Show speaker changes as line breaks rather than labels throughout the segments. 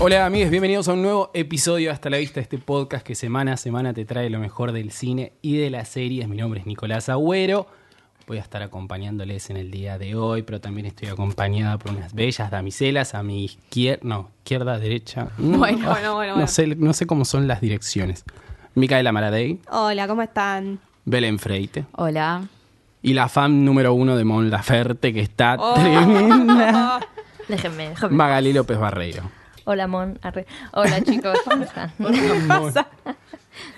Hola amigos, bienvenidos a un nuevo episodio de Hasta la Vista, este podcast que semana a semana te trae lo mejor del cine y de las series. Mi nombre es Nicolás Agüero, voy a estar acompañándoles en el día de hoy, pero también estoy acompañada por unas bellas damiselas a mi izquierda, no, izquierda, derecha. Mm,
Bueno,
ah,
bueno, bueno,
No
bueno.
sé, no sé cómo son las direcciones. Micaela Maradei,
Hola, ¿cómo están?
Belén Freite
Hola.
y la fan número uno de Mon Laferte que está
Oh.
tremenda,
Déjenme, déjenme.
Magalí López Barreiro.
Hola, Mon. arre. Hola, chicos. ¿Cómo están?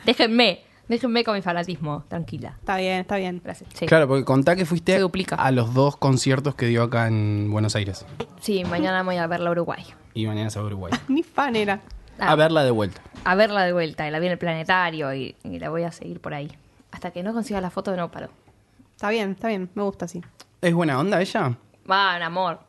déjenme, déjenme con mi fanatismo. Tranquila.
Está bien, está bien.
Gracias. Sí,
Claro, porque contá que fuiste
Se duplica.
a los dos conciertos que dio acá en Buenos Aires.
Sí, mañana voy a verla a Uruguay.
Y mañana es a Uruguay.
Ni fan era.
Ah.
A verla de vuelta.
A verla de vuelta. y La vi en el planetario y, y la voy a seguir por ahí. Hasta que no consiga la foto, no paro.
Está bien, está bien. Me gusta así.
¿Es buena onda ella?
Van, amor.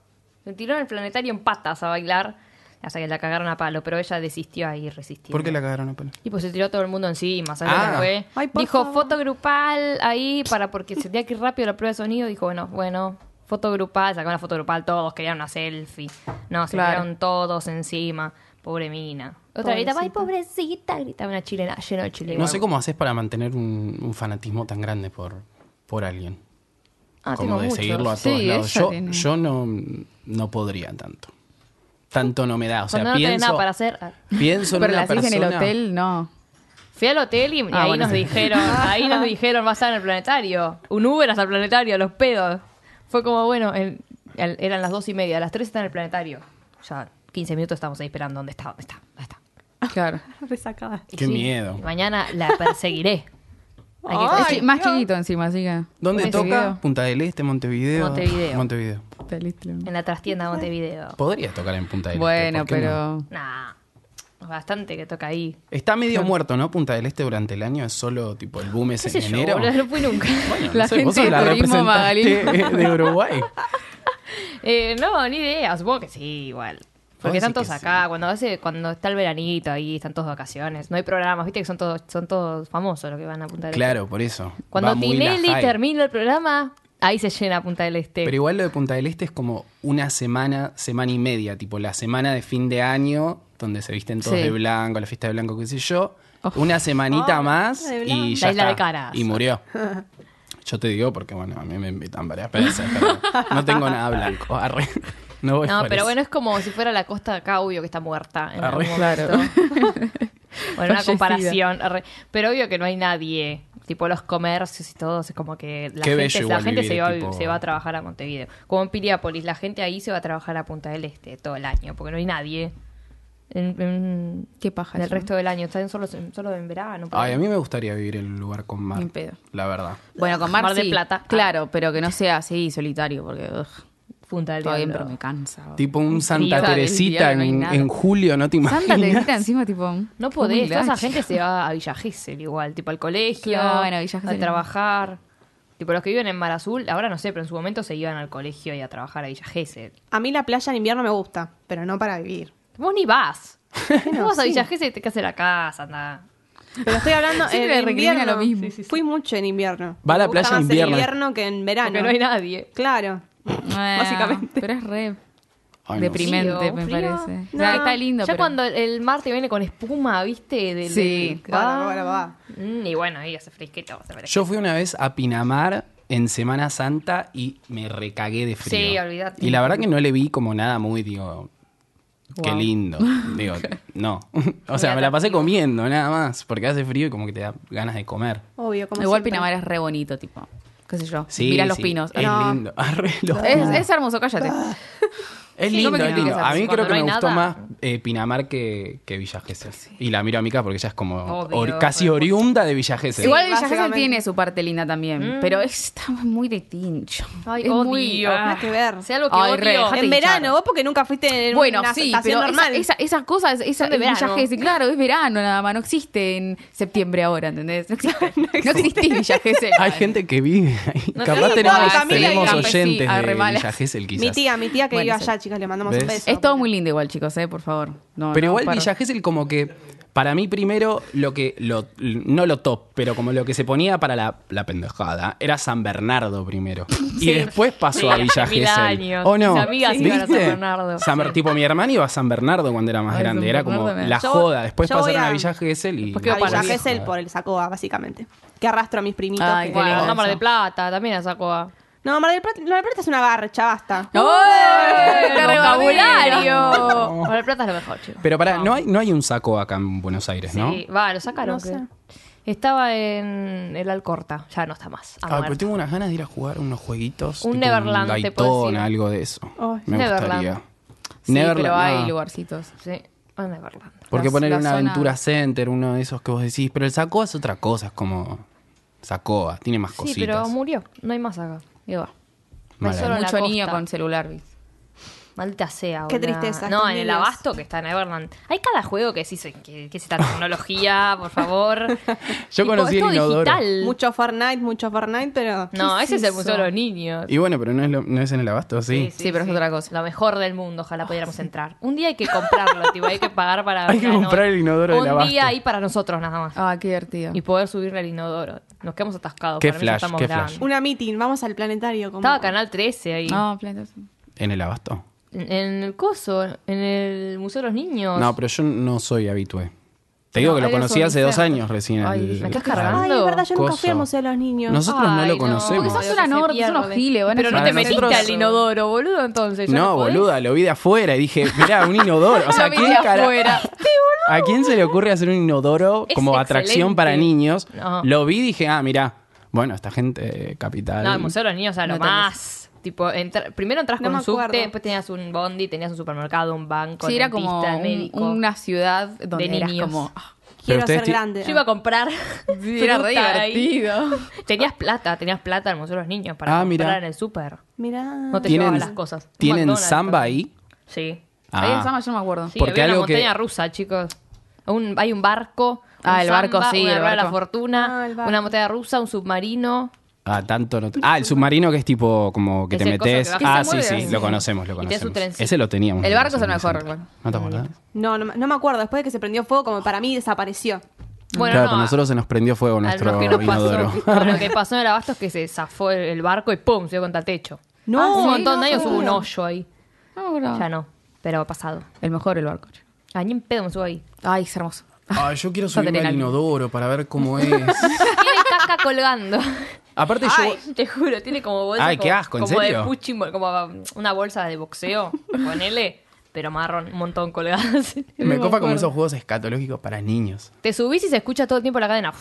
Se tiró en el planetario en patas a bailar. Hasta que la cagaron a palo. Pero ella desistió ahí, resistió.
¿Por qué la cagaron a palo?
Y pues se tiró todo el mundo encima, ¿sabes
Ah.
lo que fue?
Ay, por
dijo
favor.
foto grupal ahí para porque se tenía que ir rápido la prueba de sonido. Dijo, bueno, bueno, foto grupal, sacaron la foto grupal todos, querían una selfie. No, se
Claro.
tiraron todos encima. Pobre mina. Otra
Pobrecita.
gritaba, ay, pobrecita, gritaba una chilena, lleno de chile.
No sé cómo haces para mantener un, un fanatismo tan grande por, por alguien.
Ah,
como
tengo
de
muchos.
seguirlo a
Sí,
todos lados.
ella
Yo,
tiene.
yo no, no podría tanto. Tanto no me da. O sea,
Cuando no tenés
pienso,
nada para hacer. ah.
pienso en
Pero
una
las hijas
persona...
en el hotel, no.
Fui al hotel y, y
Ah,
ahí
bueno,
nos
sí.
dijeron, ahí nos dijeron, vas a estar en el planetario. Un Uber hasta el planetario, a los pedos. Fue como, bueno, en- al- eran las dos y media, a las tres está en el planetario. Ya 15 minutos estamos ahí esperando, ¿dónde está? ¿Dónde está? ¿Dónde está?
Claro.
Resacada.
Y
Qué miedo.
y mañana la perseguiré. Hay que-
Es
Ay,
chi- más
Dios.
chiquito encima, así que.
¿Dónde
Ese
toca?
video.
Punta del Este, Montevideo.
Montevideo.
Montevideo.
Está listo.
en la trastienda de Montevideo.
Podría tocar en Punta del Este.
Bueno,
¿por qué no?
pero.
Nah, bastante que toca ahí.
Está medio muerto, ¿no? Punta del Este durante el año es solo tipo el boom es
¿Qué sé
en
yo,
enero.
boludo? No fui nunca.
Bueno,
La
vos
gente
sos
de turismo,
representante de Uruguay.
Eh, no, ni idea. Supongo que sí, igual. Porque
Vos decís
están todos
que
acá, cuando hace, cuando está el veranito ahí, están todos de vacaciones, no hay programas, viste que son todos, son todos famosos los que van a Punta del
Claro, por eso.
Este. Cuando
Va muy la
Tinelli
hype.
termina el programa, ahí se llena Punta del Este.
Pero igual lo de Punta del Este es como una semana, semana y media, tipo la semana de fin de año, donde se visten todos
Sí.
de blanco, la fiesta de blanco, qué sé yo. Una semanita
Oh,
más
de blanco.
y ya
La isla
está.
de Caras.
Y murió. Yo te digo porque, bueno, a mí me invitan varias veces, pero no tengo nada blanco. Arre. No voy
no,
por
pero
eso.
bueno, es como si fuera la costa de acá, obvio que está muerta en
Arre.
algún
Claro.
momento. bueno, una
Fallecida.
comparación. arre. Pero obvio que no hay nadie. Tipo los comercios y todo, es como que la
Qué bello
gente, la
igual
gente
vivir,
se, va, a-
tipo-
se va a trabajar a Montevideo. Como en Piriápolis, la gente ahí se va a trabajar a Punta del Este todo el año, porque no hay nadie. En, en-
Qué paja.
del
eso.
resto del año, están solo, solo en verano. por
Ay,
ahí.
a mí me gustaría vivir en un lugar con mar.
Ni pedo.
La verdad.
Bueno, con Mar,
Mar del
sí.
Plata.
Claro, pero que no sea así solitario, porque. ugh,
Punta del Este.
todo bien, pero
Diablo.
me cansa.
Tipo un Santa
día,
Teresita
el día no hay
en,
nada.
en julio, ¿no te imaginas?
Santa Teresita encima, tipo.
No podés, toda esa
humildad,
gente se va a Villa Gesell igual, tipo al colegio,
Claro, bueno, Villa
a
Gesell.
trabajar. Tipo los que viven en Mar Azul, ahora no sé, pero en su momento se iban al colegio y a trabajar a Villa Gesell.
A mí la playa en invierno me gusta, pero no para vivir.
Vos ni vas.
Bueno,
Vos vas a
sí.
Villa Gesell y te quedas en la casa, anda.
Pero estoy hablando
Siempre
en
le recrimina
invierno.
lo mismo. Sí,
Fui mucho en invierno.
Va a la
Me gusta
playa en
más
invierno.
en invierno que en
Ah,
verano.
Porque no hay nadie.
Claro.
Bueno,
Básicamente.
Pero es re
Ay, no sé.
deprimente,
Frío,
me
frío.
parece. O
No.
sea, está lindo,
ya
pero.
cuando el mar te viene con espuma, viste, del
Sí.
del-
Bueno, bueno, va.
Mm, y bueno, ahí hace fresquito, hace fresquito.
Yo fui una vez a Pinamar en Semana Santa y me recagué de frío.
Sí, olvidate.
Y la verdad que no le vi como nada muy, digo, qué
Guau.
lindo. Digo, no. o sea, me la pasé comiendo nada más, porque hace frío y como que te da ganas de comer.
Obvio, como
Igual
siempre.
Pinamar es re bonito, tipo. ¿Qué sé yo?
Sí,
Mirá los
sí, Ah.
pinos.
Es
No.
lindo. Arre, los
Es,
pinos.
es hermoso, cállate.
Es
Sí,
lindo,
no me
es lindo.
critiques,
A mí
Arce, cuando
creo que me
no hay
gustó
nada.
más eh, Pinamar que, que Villa Gesell. Y la miro a Mica porque ella es como
Obvio,
or- casi
obvio.
oriunda de Villa Gesell.
Igual Villa Gesell
básicamente.
tiene su parte linda también, pero está muy de tincho.
Mm. Ay,
es
odio. Ah,
muy.
nada que ver.
Sea algo que
Ay,
odio.
re, dejate
En
hinchar.
verano, vos porque nunca fuiste en
Bueno,
una
sí,
estación
pero esa-
normal.
esa- esas cosas, esa,
Son de
es Villa
verano.
Gesell, claro, es verano nada más, no existe en septiembre ahora, ¿entendés? No existe, no existe Villa Gesell.
Hay gente que vive ahí.
No
Capaz
sé,
tenemos,
mi familia
tenemos
vive-
oyentes
ah,
sí,
de
arre malas.
Villa Gesell, quizás.
mi tía, mi tía que
Bueno,
vive
sí.
allá, chicas, le mandamos
¿Ves?
un beso.
Es todo muy lindo igual, chicos, ¿eh? Por favor. No,
Pero
no,
igual
para.
Villa Gesell como que Para mí, primero, lo que. Lo, no lo top, pero como lo que se ponía para la, la pendejada. Era San Bernardo primero. Y después pasó a
Sí,
Villa
mil
Gesell.
años.
¿O no?
Mis amigas
¿Viste?
iban a San Bernardo.
San Ber- Tipo, mi hermana iba a San Bernardo cuando era más
Ay,
grande.
San
Era como
Bernardo me-
la
Yo-
joda. Después
yo
pasaron
voy
a...
a-
Villa Gesell y.
Después quedó
la
para
Villa
joda.
Gesell por el Sacoa, básicamente. Que arrastro a mis primitos.
Ay,
que-
qué lindo.
Bueno,
eso.
Cámara de Plata, también a Sacoa.
No, Mar del Plata, Mar del Plata es una garcha, basta.
¡No!
¡El vocabulario! Mar del Plata es lo mejor, chicos.
Pero pará, no hay, no hay un saco acá en Buenos Aires, ¿no?
Sí, va, lo sacaron.
No
creo.
sé.
Estaba en el Alcorta, ya no está más. ha
Ah, pero
muerto.
tengo unas ganas de ir a jugar unos jueguitos.
Un
tipo
Neverland,
un
te puedes
Daytona,
ir.
algo de eso.
Ay,
Me
Neverland.
gustaría. Ah.
Sí, pero hay
no.
lugarcitos.
Sí, ah, a Neverland.
Porque
Las-
poner
la
una
zona-
aventura center, uno de esos que vos decís, pero el Sacoa es otra cosa, es como Sacoa, tiene más
Sí,
cositas.
pero murió. No hay más acá. Digo,
Mal
hay
ahí.
solo la
Mucho niño
costa.
con celular. ¿viste?
Maldita sea.
Qué
boluda.
tristeza,
No,
estos
en el
niños.
abasto que está en Neverland. Hay cada juego que dice que, que es esta tecnología, por favor. Tipo,
conocí
es
el
todo
inodoro.
digital.
Mucho Fortnite, mucho Fortnite, pero.
No,
¿Qué
ese
es
es el museo
eso?
de los niños.
Y bueno, pero no es, lo- no es en el abasto, sí.
Sí, pero es otra cosa. Ah,
Lo mejor del mundo, ojalá pudiéramos entrar. Un día hay que comprarlo, tipo, hay que pagar para.
Hay que
una
comprar el inodoro del
Un
abasto.
día ahí para nosotros nada más.
Ah, qué divertido.
Y poder subirle al inodoro. Nos quedamos atascados.
Qué
para mí ya
flash,
estamos
qué
grandes.
flash.
Una meeting, vamos al planetario. Como...
Estaba Canal 13 ahí.
No, plantas.
¿En el abasto?
En, en el coso, en el Museo de los Niños.
No, pero yo no soy habitué. Te digo
No,
que lo
eres
conocí hace dos
obispo.
años recién.
Ay,
al-
me estás
al-
cargando.
Ay, es verdad, yo nunca
Coso.
fui al Museo de los Niños.
Nosotros no
Ay,
lo conocemos.
Porque sos
Dios,
una
se
norte, sos
pierde.
unos giles, van a
Pero no
llegar
te
a
metiste
nosotros.
al inodoro, boludo, entonces. ¿ya
No,
podés?
boluda, lo vi de afuera y dije, mirá, un inodoro. O sea,
Lo vi
¿quién
de
cara-
Ah, afuera.
¿A quién se le ocurre hacer un inodoro
Es
como atracción
excelente.
para niños?
No.
Lo vi y dije, ah, mirá, bueno, esta gente eh, capital.
No, el Museo de los Niños era lo
No tenés.
más. Tipo, entra- primero entras
No
con
me
un subte,
acuerdo.
después tenías un bondi, tenías un supermercado, un banco,
Sí, era como
dentista,
un-
médico.
una ciudad donde
De
eras
niños.
como... ah,
Quiero
ustedes
ser
ti-
grande.
Yo iba a comprar.
sí, era re
fruta ahí.
divertido.
Tenías plata, tenías plata al Museo de los Niños para
Ah, mirá.
comprar en el súper.
Mirá.
No te llevaban las cosas. Un
¿Tienen
McDonald's,
samba
pero-
ahí?
Sí.
Ahí en
Ah.
Sama yo no me acuerdo.
Sí,
Porque
había
algo
una
que-
montaña rusa, chicos. Un- hay un barco. un
Ah, el barco,
samba,
sí,
Una
el
rueda de la
barco.
fortuna,
Ah, el barco.
una montaña rusa, un submarino.
Ah, tanto no. Ah, el submarino que es tipo como que
Es
te
el coso que
metes.
baja y
Ah,
se
sí,
mueve
sí,
así.
lo conocemos, lo
Y te hace un
conocemos.
trencito.
Ese lo teníamos.
El barco es el
nosotros en
mejor,
Santa.
bueno.
¿No te acordás?
No, no, me- no me acuerdo. Después de que se prendió fuego, como para mí desapareció.
Bueno,
claro,
no,
pero
a-
nosotros se nos prendió fuego
a
nuestro
lo que nos
inodoro.
pasó. a lo que pasó en el abasto es que se zafó el, el barco y ¡pum! se dio contra el techo.
No,
Hace un
sí,
montón de
no, Ah.
años hubo un
seguro.
hoyo ahí.
No me acuerdo.
Ya no, pero ha pasado.
El mejor, el barco.
Ah, ni en pedo me subo ahí.
Ay, es hermoso.
Ah, yo quiero
subirme al Adrenalina.
inodoro para ver cómo es.
Tiene caca colgando.
Aparte yo...
Ay, te juro, tiene como bolsa.
Ay, qué
como-
asco, ¿en
como
serio?
De puchi, como una bolsa de boxeo, ponele, pero marrón, un montón colgadas.
Me copa como esos juegos escatológicos para niños.
Te subís y se escucha todo el tiempo la cadena.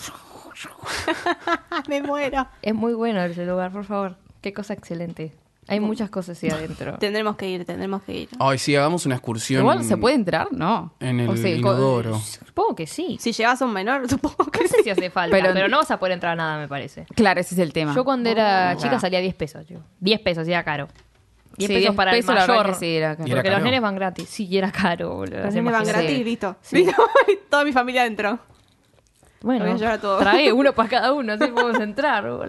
me muero.
Es muy bueno ese lugar, por favor. Qué cosa excelente. Hay muchas cosas ahí adentro.
Tendremos que ir, tendremos que ir.
Ay, sí, hagamos una excursión.
Igual, ¿se puede entrar? No.
En el
O sea, co-
inodoro.
Supongo que sí.
Si llegas a un menor, supongo que
No sé
sí.
si hace falta,
Pero-
pero, no vas a poder entrar a nada, me parece.
Claro, ese es el tema.
Yo cuando era chica
Ah.
salía 10 pesos, yo. 10 pesos, y era caro. 10
Sí,
pesos
10
para
pesos,
el
la verdad
mayor.
que sí, era caro.
¿Y
Porque
era
los
caro?
nenes van gratis. Sí, era caro, boludo.
Los
Se
nenes van
imagina.
gratis,
Sí.
listo. Y toda mi familia adentro. Lo
Bueno,
voy a llevar a todos.
trae uno para cada uno, así podemos entrar, boludo.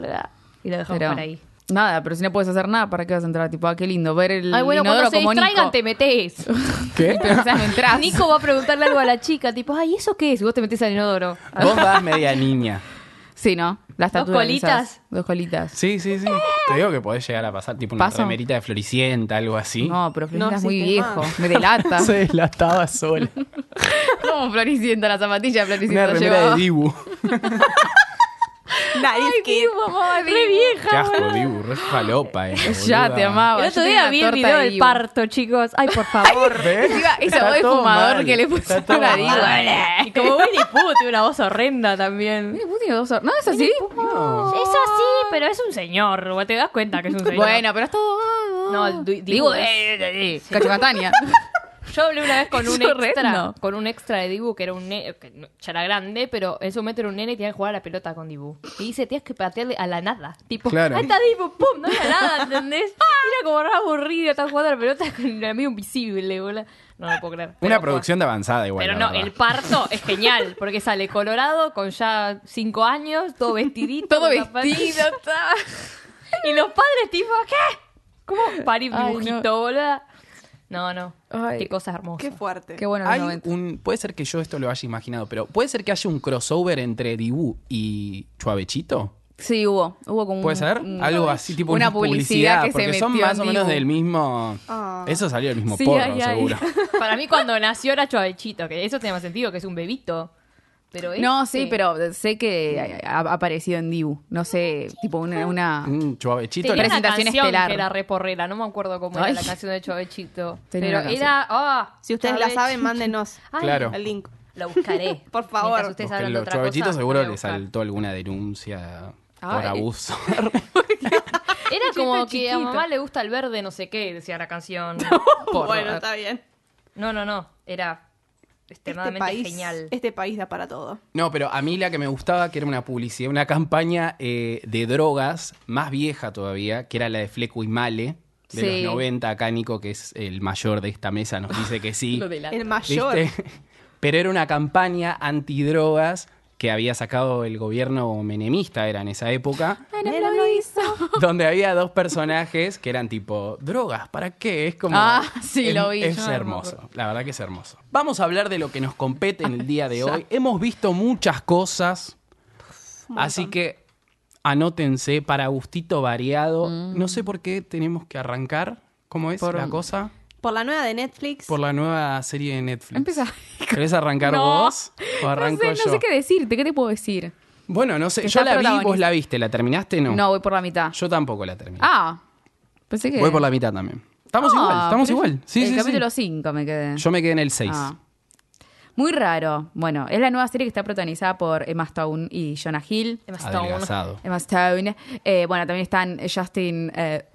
Y lo dejamos
Pero-
para ahí.
Nada, pero si no puedes hacer nada, ¿para qué vas a entrar? Tipo, ah, qué lindo, ver el
Ay, bueno,
inodoro
cuando se
como
distraigan
Nico.
te metes.
¿Qué?
O sea, no entras.
Nico va a preguntarle algo a la chica, tipo, ay, ¿eso qué es? Y vos te metes al inodoro.
Vos vas media niña.
Sí, ¿no? La estatura de
colitas.
esas. Dos colitas.
Sí, sí, sí. Te digo que podés llegar a pasar tipo una
¿Paso?
remerita de floricienta, algo así.
No, pero Floricienta
No,
es
sí,
muy
te
viejo.
va.
Me delata.
Se deslataba sola.
Como Floricienta, la zapatilla de
Una
Floricienta
remera de
llevaba.
Dibu.
Nadie es que-
mamá, re vieja.
Qué asco, Dibu, re falopa. era,
Ya,
boluda.
te amaba.
El
Yo
otro día
tenía una
vi el
torta
video
de
del
Dibu.
parto, chicos. Ay, por favor.
¿Ves?
Encima, esa
Está
voz de
todo
fumador
mal,
que le
está
puso
todo
la
mal.
diva.
Y como Winnie Pooh tiene una voz horrenda también.
Mira, Putin tiene dos or- No, es así.
No.
Es así, pero es un señor. vos Te das cuenta que es un señor.
Bueno, pero es todo.
No, el du-
digo,
Dibu es-
eh, eh, eh, Cacho Castaña.
Yo hablé una vez con
Es
un extra,
horrendo.
con un extra de Dibu que era un nene, que no- ya era grande, pero en su momento era un nene y tenía que jugar a la pelota con Dibu. Y dice, tienes que patearle a la nada. Tipo,
Claro.
ahí está Dibu, pum, no había nada, ¿entendés?
Ah.
Mira como re aburrido, está jugando a la pelota con el amigo invisible, boludo. No lo puedo creer. Pero,
Una producción de avanzada igual.
Pero
la
no,
verdad.
el parto es genial, porque sale colorado con ya cinco años, todo vestidito.
Todo
con zapatos.
vestido. ta.
Y los padres tipo, ¿qué? ¿Cómo parir
Ay,
dibujito,
no.
boluda? No, no.
Ay,
qué cosa hermosa.
Qué fuerte.
Qué bueno los
Hay
90.
un, puede ser que yo esto lo haya imaginado, pero puede ser que haya un crossover entre Dibu y Chuavechito.
Sí, hubo. Hubo como un-
¿Puede ser?
un-
Algo así, tipo
una publicidad, que se
porque son
metió
más
en
o menos
Dibu.
del mismo.
Ah.
Eso salió del mismo
Sí,
porro,
ay, ay.
seguro.
Para mí cuando nació era Chuavechito, que eso tenía más sentido, que es un bebito. Pero
No,
este-
sí, pero sé que ha ha aparecido en Dibu. No sé, tipo una... una-
Un Chuavechito.
Tenía
le-
la
una
presentación
canción
estelar.
que era reporrera, no me acuerdo cómo
Ay.
era la canción de Chovechito.
Tenía
Pero
una canción.
era. ah,
Si ustedes la
Chovechito.
saben, mándenos
Ay,
Claro.
el link.
La buscaré.
Por favor.
Mientras ustedes hablan de
Los
otra cosa,
seguro
voy a
le
buscar.
saltó alguna denuncia por
Ay.
abuso.
Era como que a
chiquito.
mamá le gusta el verde, no sé qué, decía la canción. Por-
bueno, está bien.
No, no, no. Era
Este
extremadamente
país,
genial.
este país da para todo.
No, pero a mí la que me gustaba, que era una publicidad, una campaña eh, de drogas más vieja todavía, que era la de Fleco y Male, de
Sí.
los 90, acá Nico, que es el mayor de esta mesa, nos dice que sí.
Lo de la-
El mayor.
¿Viste? Pero era una campaña antidrogas que había sacado el gobierno menemista, era en esa época,
Menem lo hizo.
donde había dos personajes que eran tipo, drogas, ¿para qué? Es como...
Ah, sí,
es-
lo vi,
Es
yo me
hermoso, la verdad que es hermoso. Vamos a hablar de lo que nos compete en el día de hoy. Hemos visto muchas cosas, así que anótense para gustito variado. No sé por qué tenemos que arrancar, ¿cómo es
Mm. Por-
la cosa?
Por la nueva de Netflix.
Por la nueva serie de Netflix.
Empieza.
¿Querés arrancar
No.
vos o
No
arranco
sé,
yo?
no sé qué decirte, ¿qué te puedo decir?
Bueno, no sé,
Que
yo
está
la vi, vos
protagonista.
la viste, ¿la terminaste? No.
No, voy por la mitad.
Yo tampoco la terminé.
Ah, pensé que...
Voy por la mitad también. Estamos
Ah,
igual, estamos
pero
igual. Sí,
el
sí, sí.
capítulo 5 me quedé.
Yo me quedé en el 6.
Ah. Muy raro. Bueno, es la nueva serie que está protagonizada por Emma Stone y Jonah Hill.
Emma Stone.
Adelgazado.
Emma Stone. Eh, bueno, también están Justin eh,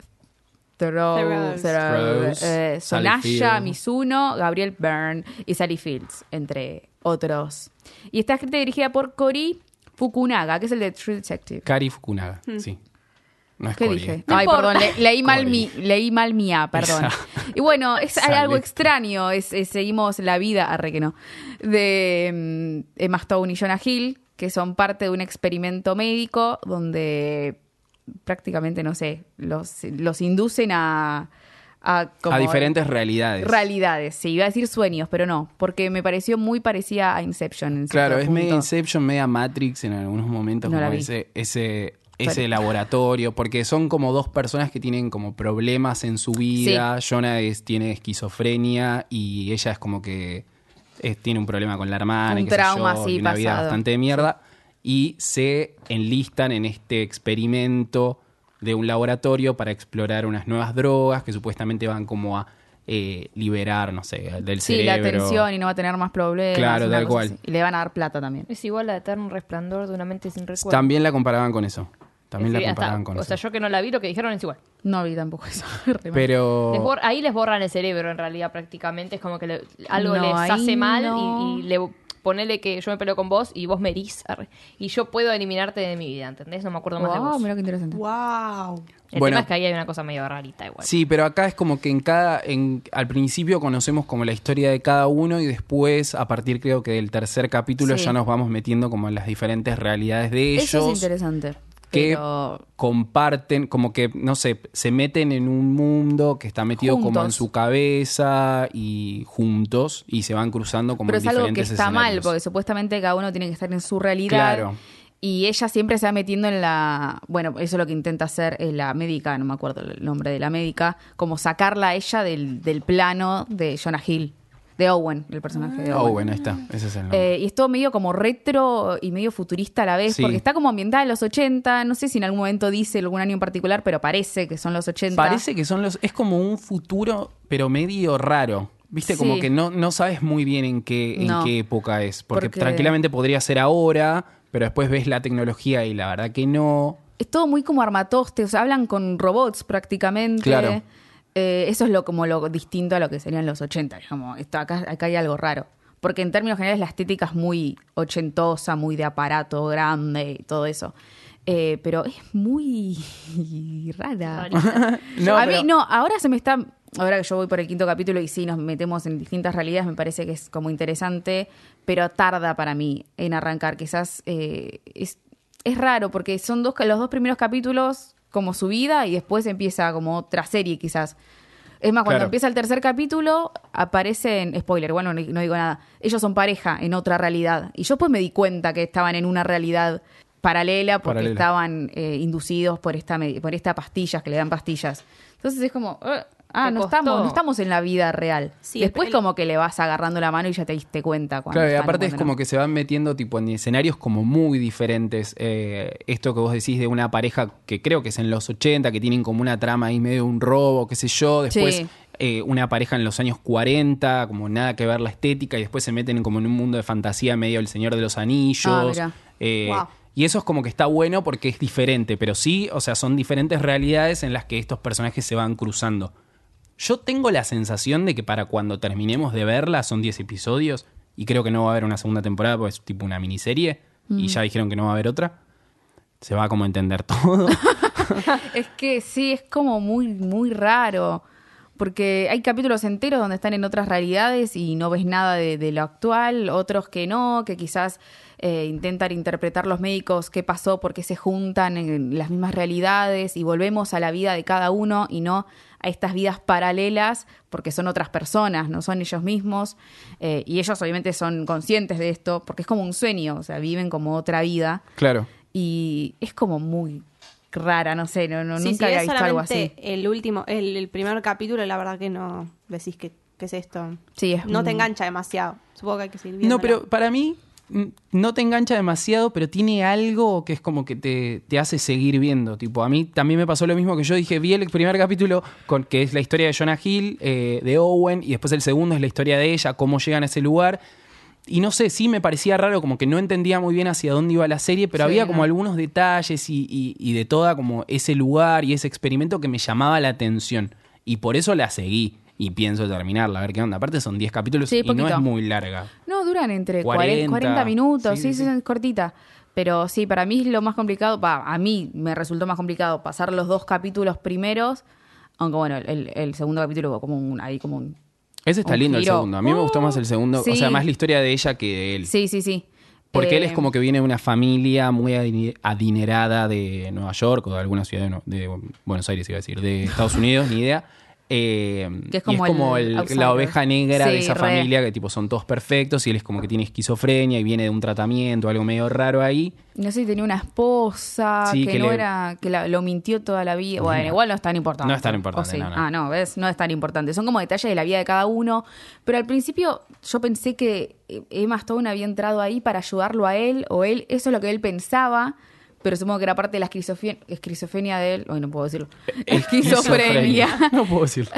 Theroux,
Theroux.
Theroux,
Theroux,
eh,
Sally
Sonaya
Field.
Mizuno, Gabriel Byrne y Sally Fields, entre otros. Y está escrita y dirigida por Cory Fukunaga, que es el de True Detective.
Cari Fukunaga, sí. No es
Mm. ¿Qué
Cori,
dije? Ah,
eh.
Ay,
importa.
perdón, le- leí mal mi,
Cori.
leí mal mía, perdón.
Esa-
Y bueno, es
esa
algo
letra.
extraño, es, es seguimos la vida, arre que no, de mm, Emma Stone y Jonah Hill, que son parte de un experimento médico donde prácticamente, no sé, los, los inducen a... A, como-
A diferentes realidades.
realidades, sí, iba a decir sueños, pero no, porque me pareció muy parecida a Inception. En
Claro,
cierto
es
punto.
media Inception, media Matrix en algunos momentos,
No la
como
vi.
ese, ese, ese
Sorry.
laboratorio, porque son como dos personas que tienen como problemas en su vida. Jonah es- tiene esquizofrenia y ella es como que es- tiene un problema con la hermana.
Un
y qué sé
trauma
yo,
así
y una vida
pasado.
bastante de mierda. Y se enlistan en este experimento de un laboratorio para explorar unas nuevas drogas que supuestamente van como a eh, liberar, no sé, del
Sí,
cerebro.
la atención y no va a tener más problemas.
Claro,
una
tal
cosa
cual.
así. Y le van a dar plata también.
Es igual a Eterno Resplandor de una mente sin recuerdo.
También la comparaban con eso. También
Sí,
la
hasta-
comparaban con
O
eso.
sea, yo que no la vi, lo que dijeron es igual.
No vi tampoco eso. Re mal.
Les
Pero
bor- ahí les borran el cerebro en realidad prácticamente. Es como que le- algo
No,
les
ahí
hace mal y-
no.
y, le ponele que yo me peleo con vos y vos me herís. arre, Y yo puedo eliminarte de mi vida, ¿entendés? No me acuerdo más de
Wow,
vos.
mira Ah, qué interesante.
Wow.
El
Bueno.
tema es que ahí hay una cosa medio rarita igual.
sí, pero acá es como que en cada en, al principio conocemos como la historia de cada uno y después a partir creo que del tercer capítulo
Sí.
ya nos vamos metiendo como en las diferentes realidades de ellos.
Eso es interesante.
que
Pero
comparten, como que, no sé, se meten en un mundo que está metido como en
Juntos.
su cabeza y juntos y se van cruzando como
pero
en
es algo que
diferentes
está mal,
escenarios.
porque supuestamente cada uno tiene que estar en su realidad.
Claro.
Y ella siempre se va metiendo en la. Bueno, eso es lo que intenta hacer eh, la médica, no me acuerdo el nombre de la médica, como sacarla a ella del, del plano de Jonah Hill, de Owen, el personaje de
Oh,
Owen.
bueno, ahí está, ese es el nombre.
Eh, y es todo medio como retro y medio futurista a la vez,
Sí.
porque está como ambientada en los 80, no sé si en algún momento dice algún año en particular, pero parece que son los 80.
Parece que son los. Es como un futuro, pero medio raro. Viste,
Sí.
como que no, no sabes muy bien en qué, en
No.
qué época es. Porque,
Porque-
tranquilamente podría ser ahora, pero después ves la tecnología y la verdad que no.
es todo muy como armatoste, o sea, hablan con robots prácticamente.
Claro.
Eh, eso es lo como lo distinto a lo que serían los 80, digamos. Esto, acá, acá hay algo raro. Porque en términos generales la estética es muy ochentosa, muy de aparato grande y todo eso. Eh, pero es muy rara.
Rarita.
No,
a
pero-
mí, no, ahora se me está. Ahora que yo voy por el quinto capítulo y sí nos metemos en distintas realidades, me parece que es como interesante, pero tarda para mí en arrancar. Quizás eh, es, es raro porque son dos, los dos primeros capítulos como su vida y después empieza como otra serie quizás. Es más, cuando
Claro.
empieza el tercer capítulo, aparecen, spoiler, bueno, no, no digo nada, ellos son pareja en otra realidad. Y yo pues me di cuenta que estaban en una realidad paralela porque
Paralela.
estaban eh, inducidos por esta medi- por estas pastillas que le dan pastillas. Entonces es como, eh, ah,
Te
no
costó.
estamos, no estamos en la vida real.
Sí,
Después
el-
como que le vas agarrando la mano y ya te diste cuenta. Cuando
Claro, y
están,
aparte es
cuando no.
como que se van metiendo tipo en escenarios como muy diferentes. Eh, esto que vos decís de una pareja que creo que es en los 80, que tienen como una trama ahí medio de un robo, qué sé yo. Después
Sí.
eh, una pareja en los años 40, como nada que ver la estética, y después se meten como en un mundo de fantasía medio el Señor de los
Ah,
Anillos.
mirá.
Eh,
Wow.
Y eso es como que está bueno porque es diferente, pero sí, o sea, son diferentes realidades en las que estos personajes se van cruzando. Yo tengo la sensación de que para cuando terminemos de verla son 10 episodios y creo que no va a haber una segunda temporada porque es tipo una miniserie y ya dijeron que no va a haber otra. Se va a como entender todo.
Es que sí, es como muy, muy raro. Porque hay capítulos enteros donde están en otras realidades y no ves nada de, de lo actual, otros que no, que quizás eh, intentan interpretar los médicos qué pasó, por qué se juntan en las mismas realidades y volvemos a la vida de cada uno y no a estas vidas paralelas porque son otras personas, no son ellos mismos. Eh, y ellos obviamente son conscientes de esto porque es como un sueño, o sea, viven como otra vida
claro.
y es como muy rara, no sé, no, no-
Sí,
nunca
si
había
ves
visto algo así.
solamente El último, el, el primer capítulo, la verdad que no decís que, que es esto.
Sí, es
no te
un-
engancha demasiado. Supongo que hay que seguir viendo.
No, pero para mí mm, no te engancha demasiado, pero tiene algo que es como que te, te hace seguir viendo. Tipo, a mí también me pasó lo mismo que yo dije, vi el primer capítulo, con, que es la historia de Jonah Hill, eh, de Owen, y después el segundo es la historia de ella, cómo llegan a ese lugar. Y no sé, sí me parecía raro, como que no entendía muy bien hacia dónde iba la serie, pero
Sí,
había
no.
como algunos detalles y, y- y de toda como ese lugar y ese experimento que me llamaba la atención. Y por eso la seguí y pienso terminarla, a ver qué onda. Aparte son 10 capítulos
Sí,
y no
poquito.
es muy larga.
No, duran entre
40.
40, 40 minutos,
Sí,
sí,
sí,
sí,
sí.
es cortita. Pero sí, para mí es lo más complicado, va, a mí me resultó más complicado pasar los dos capítulos primeros, aunque bueno, el, el segundo capítulo hubo como un, ahí como un...
Ese está
Un
lindo el
giro. Uh,
segundo. A mí me gustó más el segundo. O
Sí.
sea, más la historia de ella que de él.
Sí, sí, sí.
Porque él
Eh,
es como que viene de una familia muy adine- adinerada de Nueva York o de alguna ciudad de, Nue- de Buenos Aires, iba a decir, de Estados Unidos, ni idea. Eh,
Que es
y
como el outsider.
la oveja negra de
Sí,
esa
re.
familia, que tipo son todos perfectos y él es como que tiene esquizofrenia y viene de un tratamiento, algo medio raro ahí.
No sé si tenía una esposa
Sí,
que,
que
no
le-
era, que la- lo mintió toda la vida. Bueno,
No.
igual no es tan importante.
No es tan importante,
¿O sí?
no, no.
Ah, no, ¿ves? No es tan importante. Son como detalles de la vida de cada uno. Pero al principio yo pensé que eh, Emma Stone había entrado ahí para ayudarlo a él, o él, eso es lo que él pensaba. Pero supongo que era parte de la esquizofen- esquizofrenia de él. Hoy no puedo decirlo.
Eh,
Esquizofrenia.
No puedo decirlo.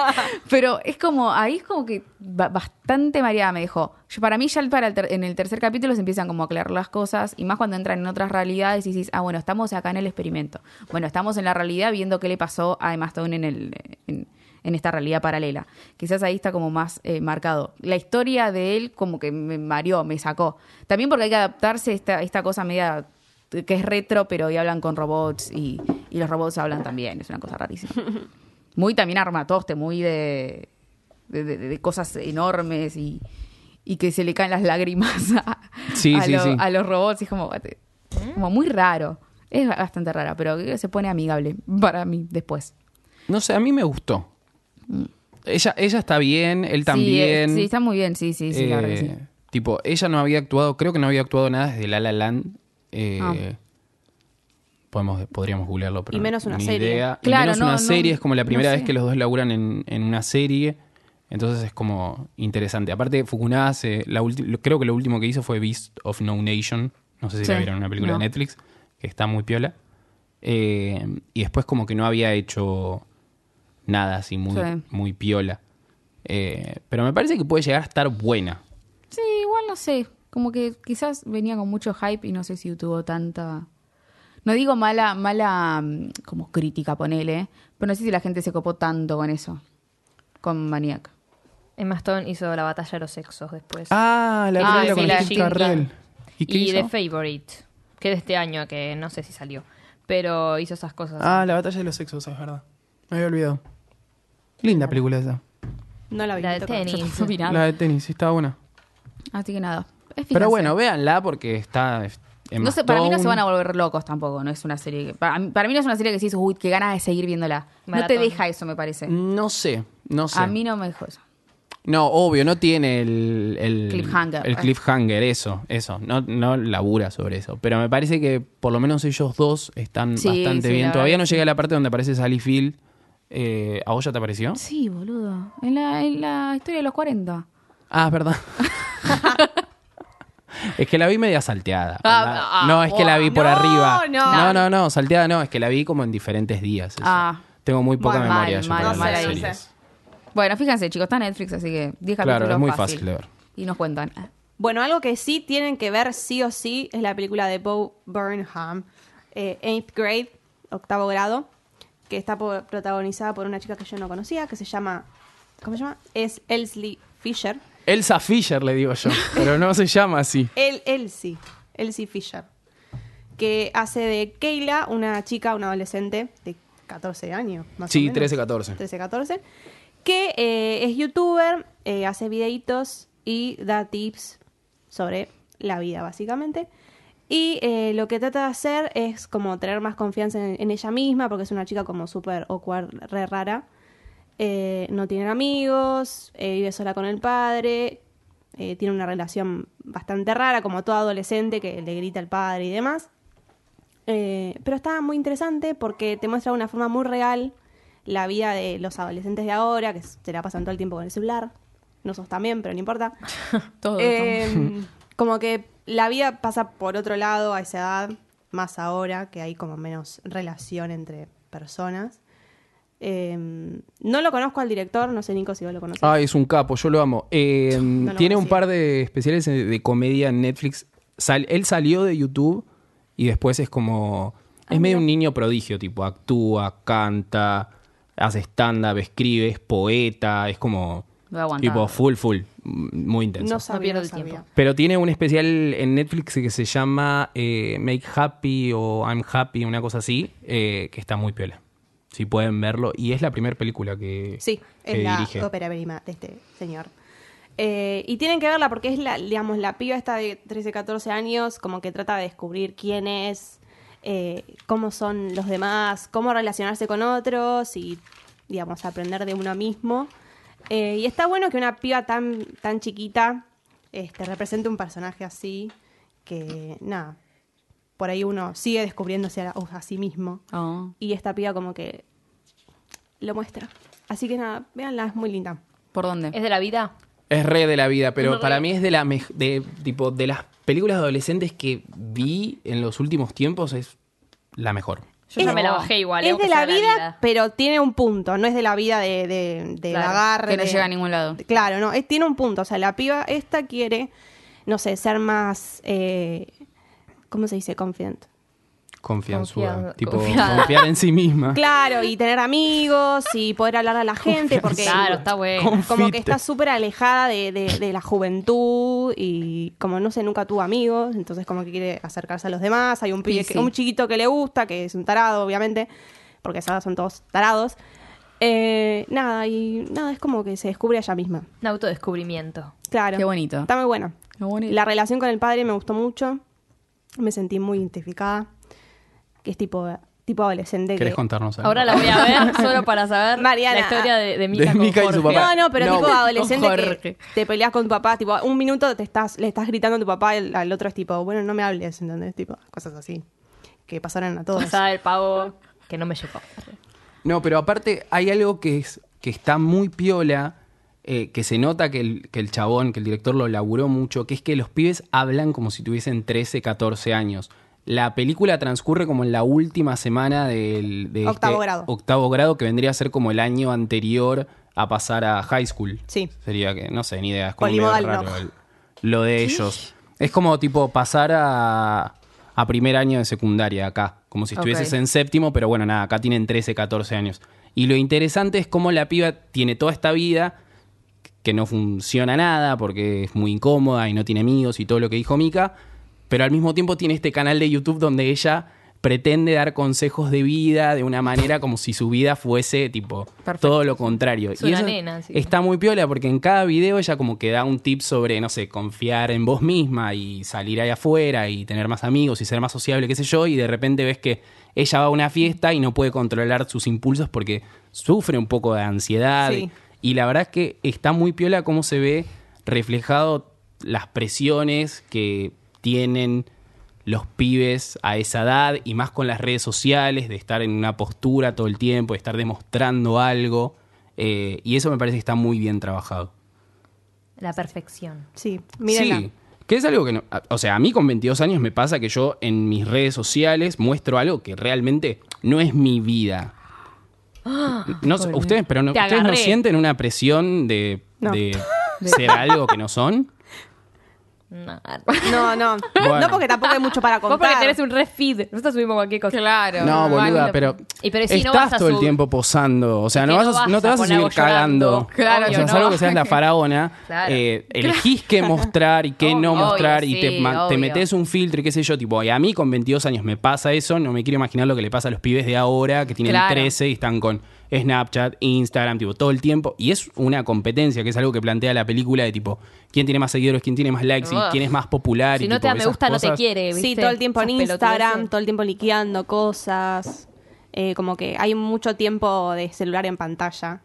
Pero es como, ahí es como que ba- bastante mareada me dejó. Yo- para mí ya el- para el ter- en el tercer capítulo se empiezan como a aclarar las cosas y más cuando entran en otras realidades y dices, ah, bueno, estamos acá en el experimento. Bueno, estamos en la realidad viendo qué le pasó a Emma Stone en, el, en, en esta realidad paralela. Quizás ahí está como más eh, marcado. La historia de él como que me mareó, me sacó. También porque hay que adaptarse a esta, esta cosa media que es retro, pero hoy hablan con robots y, y los robots hablan también. Es una cosa rarísima muy también armatoste, muy de, de, de- de cosas enormes y, y que se le caen las lágrimas a,
Sí,
a
sí,
lo-
sí.
a los robots. Y es como, what- como muy raro. Es bastante rara, pero se pone amigable para mí después.
No sé, a mí me gustó. Ella, ella está bien, él también.
Mm. Sí, eh, sí, está muy bien, sí, sí, sí, la verdad que sí.
Eh, Tipo, ella no había actuado, creo que no había actuado nada desde La La Land. Eh,
Ah.
podemos, podríamos googlearlo, pero
Y menos una
ni
serie.
idea.
Claro,
y menos
no,
una
no,
serie, es como la
no
primera vez
sé.
que los dos laburan en, en una serie. Entonces es como interesante. Aparte, Fukunaga, se- la ulti- lo- creo que lo último que hizo fue Beast of No Nation. No sé si la
Sí,
vieron, una película
no.
de Netflix, que está muy piola. Eh, y después como que no había hecho nada así muy,
Sí.
muy piola. Eh, pero me parece que puede llegar a estar buena.
Sí, igual no sé. Como que quizás venía con mucho hype y no sé si tuvo tanta. No digo mala, mala mm, como crítica, ponele, pero no sé si la gente se copó tanto con eso, con Maniac.
Emma Stone hizo la batalla de los sexos después.
Ah, la
Ah,
película
sí,
con
la
Steve
de Jim
Carrell.
Y,
qué hizo?
The Favorite, que es de este año, que no sé si salió. Pero hizo esas cosas.
Ah, la batalla de los sexos, es verdad. Me había olvidado. Linda película esa.
No la vi.
la de
me tocó.
tenis.
No vi nada.
La de tenis, sí, estaba buena.
Así que nada. es
Pero
fijarse.
bueno, véanla porque está,
No sé, para mí no se van a volver locos tampoco, no es una serie que, para, mí- para mí no es una serie que sí, uy, qué ganas de seguir viéndola. No
Maratón.
te deja eso, me parece.
No sé, no sé.
A mí no me dejó eso.
No, obvio, no tiene el, el
Cliffhanger.
El cliffhanger, eso, eso. No, no labura sobre eso. Pero me parece que por lo menos ellos dos están
Sí,
bastante
sí,
bien.
la
Todavía
verdad
no
que
llegué a la parte donde aparece Sally Field. Eh, ¿A vos ya te apareció?
Sí, boludo. En la, en la historia de los 40.
Ah, es verdad. es que la vi media salteada.
Ah,
¿verdad?
ah,
no, es que la vi por
no,
arriba. no,
no.
no, no, salteada no. Es que la vi como en diferentes días. eso.
Ah.
Tengo muy poca
Mal,
memoria
mal,
yo
mal,
para las
mal ahí.
series.
Bueno, fíjense, chicos, está en Netflix, así que 10
Claro,
capítulos
es muy
fácil.
fácil de ver.
Y nos cuentan. Ah.
Bueno, algo que sí tienen que ver sí o sí es la película de Bo Burnham, eh, Eighth Grade, octavo grado, que está po- protagonizada por una chica que yo no conocía, que se llama, ¿cómo se llama? Es Elsie Fisher.
Elsa Fisher le digo yo, pero no se llama así.
El Elsie, Elsie Fisher, que hace de Kayla, una chica, una adolescente de 14 años, más
Sí,
o menos.
13, 14.
13, 14, que eh, es youtuber, eh, hace videitos y da tips sobre la vida, básicamente. Y eh, lo que trata de hacer es como tener más confianza en, en ella misma, porque es una chica como súper awkward, re rara. Eh, no tiene amigos, eh, vive sola con el padre, eh, tiene una relación bastante rara, como toda adolescente que le grita al padre y demás. Eh, pero está muy interesante porque te muestra de una forma muy real la vida de los adolescentes de ahora, que se la pasan todo el tiempo con el celular. Nosotros también, pero no importa.
Oh,
Todo.
Eh, como que la vida pasa por otro lado a esa edad, más ahora, que hay como menos relación entre personas. Eh, no lo conozco al director, no sé, Nico, si vos lo conoces.
Ay, Ah, es un capo, yo lo amo. Eh,
No lo
tiene un
conocía.
par de especiales de, de comedia en Netflix. Sal- él salió de YouTube y después es como.
Ah,
Es medio un niño prodigio, tipo, actúa, canta, hace stand-up, escribe, es poeta, es como.
Lo he aguantado.
Tipo, full, full. m- Muy intenso.
no sabía,
pierdo
no
el tiempo.
sabía.
Pero tiene un especial en Netflix que se llama eh, Make Happy o I'm Happy, una cosa así, eh, que está muy piola. Si pueden verlo. Y es la primera película que,
Sí,
que
es la
dirige.
ópera prima de este señor. Eh, y tienen que verla porque es la, digamos, la piba esta de 13, 14 años, como que trata de descubrir quién es, eh, cómo son los demás, cómo relacionarse con otros y, digamos, aprender de uno mismo. Eh, y está bueno que una piba tan, tan chiquita este, represente un personaje así, que nada, por ahí uno sigue descubriéndose a, a sí mismo.
Oh.
Y esta piba como que lo muestra. Así que nada, véanla, es muy linda.
¿Por dónde?
¿Es de la vida?
Es re de la vida, pero para mí es de la mej- de tipo de las películas adolescentes que vi en los últimos tiempos es la mejor.
Yo ya
Es-
me la bajé igual. eh,
Es
aunque
de
sea
la vida, pero tiene un punto. No es de la vida de, de, de
Claro,
agarre.
que no
de-
llega a ningún lado.
Claro, no, es- tiene un punto. O sea, la piba esta quiere, no sé, ser más, eh, ¿cómo se dice? Confident.
Confianzuda.
Confiada-
tipo,
confiada.
confiar en sí misma.
Claro, y tener amigos y poder hablar a la gente. Porque
Claro, está bueno.
¿Cómo?
Como
Confite.
que está súper alejada de, de- de la juventud y como no sé, nunca tuvo amigos, entonces como que quiere acercarse a los demás. Hay un pibe,
Sí,
que-
sí.
un chiquito que le gusta, que es un tarado, obviamente, porque ahora son todos tarados. Eh, nada, y nada, es como que se descubre a ella misma.
Un autodescubrimiento.
Claro.
Qué bonito.
Está muy buena.
Qué bonito.
La relación con el padre me gustó mucho. Me sentí muy identificada. Que es tipo, tipo adolescente. que-
¿Querés contarnos algo?
Ahora la voy a ver solo para saber
Mariana,
la historia de, de Mika,
de
con
Mika y su
Jorge.
papá.
No, no, pero
No,
tipo
con
adolescente
Jorge.
que te peleas con tu papá, tipo, un minuto te estás, le estás gritando a tu papá y al, al otro es tipo, bueno, no me hables, ¿entendés? Tipo, cosas así. Que pasaron a todos.
O sea, el pavo que no me llegó.
No, pero aparte hay algo que, es, que está muy piola, eh, que se nota que el, que el chabón, que el director lo laburó mucho, que es que los pibes hablan como si tuviesen 13, 14 años. La película transcurre como en la última semana del de este
Octavo grado.
octavo grado, que vendría a ser como el año anterior a pasar a high school.
Sí.
Sería que, no sé, ni idea. Es como medio
Polimodal,
raro
no.
el- lo de ellos. Es como tipo pasar a, a primer año de secundaria acá, como si
Ok.
estuvieses en séptimo, pero bueno, nada, acá tienen 13, 14 años. Y lo interesante es cómo la piba tiene toda esta vida que no funciona nada porque es muy incómoda y no tiene amigos y todo lo que dijo Mika, pero al mismo tiempo tiene este canal de YouTube donde ella pretende dar consejos de vida de una manera como si su vida fuese tipo
Perfecto.
todo lo contrario.
Es una nena, sí.
está muy piola porque en cada video ella como que da un tip sobre, no sé, confiar en vos misma y salir ahí afuera y tener más amigos y ser más sociable, qué sé yo, y de repente ves que ella va a una fiesta y no puede controlar sus impulsos porque sufre un poco de ansiedad.
Sí.
Y la verdad es que está muy piola cómo se ve reflejado las presiones que tienen los pibes a esa edad y más con las redes sociales, de estar en una postura todo el tiempo, de estar demostrando algo. Eh, y eso me parece que está muy bien trabajado.
La perfección.
Sí, mírenla.
Sí, que es algo que no... a- O sea, a mí con 22 años me pasa que yo en mis redes sociales muestro algo que realmente no es mi vida. No, sé,
pobre.
ustedes, pero no,
Te
¿ustedes no
agarré.
sienten una presión de,
No.
de ser algo que no son?
No.
No, no.
Bueno.
No, porque tampoco hay mucho para
Vos porque
contar.
tenés un red feed. Nosotros subimos cualquier cosa.
Claro.
No, boluda, pero,
Y pero sí,
estás
no vas a
todo el
sub-
tiempo posando. O sea,
Es
no,
que
vas a-
no
no te vas
vas
a
a
seguir
poner algo llorando.
cagando.
Claro,
o sea,
no.
salvo que seas la faraona,
Claro.
eh, elegís qué mostrar y qué no
Obvio,
mostrar y te,
sí,
ma- te
obvio.
metes un filtro y qué sé yo. Tipo, y a mí con 22 años me pasa eso. No me quiero imaginar lo que le pasa a los pibes de ahora que tienen
Claro.
13 y están con Snapchat, Instagram, tipo, todo el tiempo. Y es una competencia que es algo que plantea la película de tipo, quién tiene más seguidores, quién tiene más likes y
Ugh.
quién es más popular. y,
Si no te
tipo,
da me
esas
gusta, no
cosas.
te quiere. ¿viste?
Sí, todo el tiempo en
Esas
Instagram,
pelotudeces.
todo el tiempo liqueando cosas. Eh, como que hay mucho tiempo de celular en pantalla.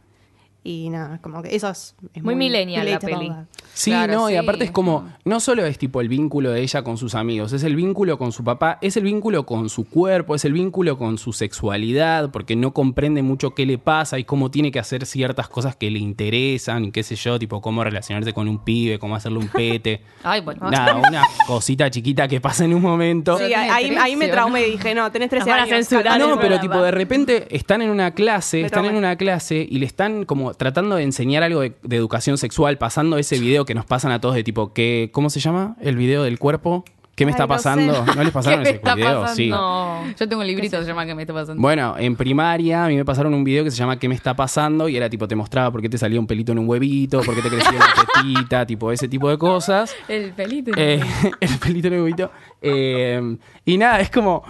Y nada, como que eso es, es
Muy millennial la
relatable.
peli.
Sí,
Claro,
no, y
sí,
aparte es
es
como, no solo es tipo el vínculo de ella con sus amigos, es el vínculo con su papá, es el vínculo con su cuerpo, es el vínculo con su sexualidad, porque no comprende mucho qué le pasa y cómo tiene que hacer ciertas cosas que le interesan, y qué sé yo, tipo cómo relacionarse con un pibe, cómo hacerle un pete.
Ah,
Ay, bueno.
Nada, una cosita chiquita que pasa en un momento.
Sí,
tiene
ahí, ahí me
13,
traumé y dije, no, tenés 13
Nos van a
años.
censurar.
calma.
Ah, no,
el
pero
programa.
tipo de repente están en una clase,
Me
están en
traumé.
una clase y le están como tratando de enseñar algo de, de educación sexual, pasando ese video que nos pasan a todos de tipo que ¿cómo se llama? El video del cuerpo. ¿Qué me
Ay,
está
no
pasando?
sé.
¿No les pasaron
¿Qué me
ese
está
video?
pasando?
Sí.
No.
Yo tengo un librito que se llama que me está pasando.
Bueno, en primaria a mí me pasaron un video que se llama ¿Qué me está pasando? Y era tipo, te mostraba por qué te salía un pelito en un huevito, por qué te crecía una tetita, tipo ese tipo de cosas.
El pelito.
Eh, el pelito en el huevito. Eh, y nada, es como.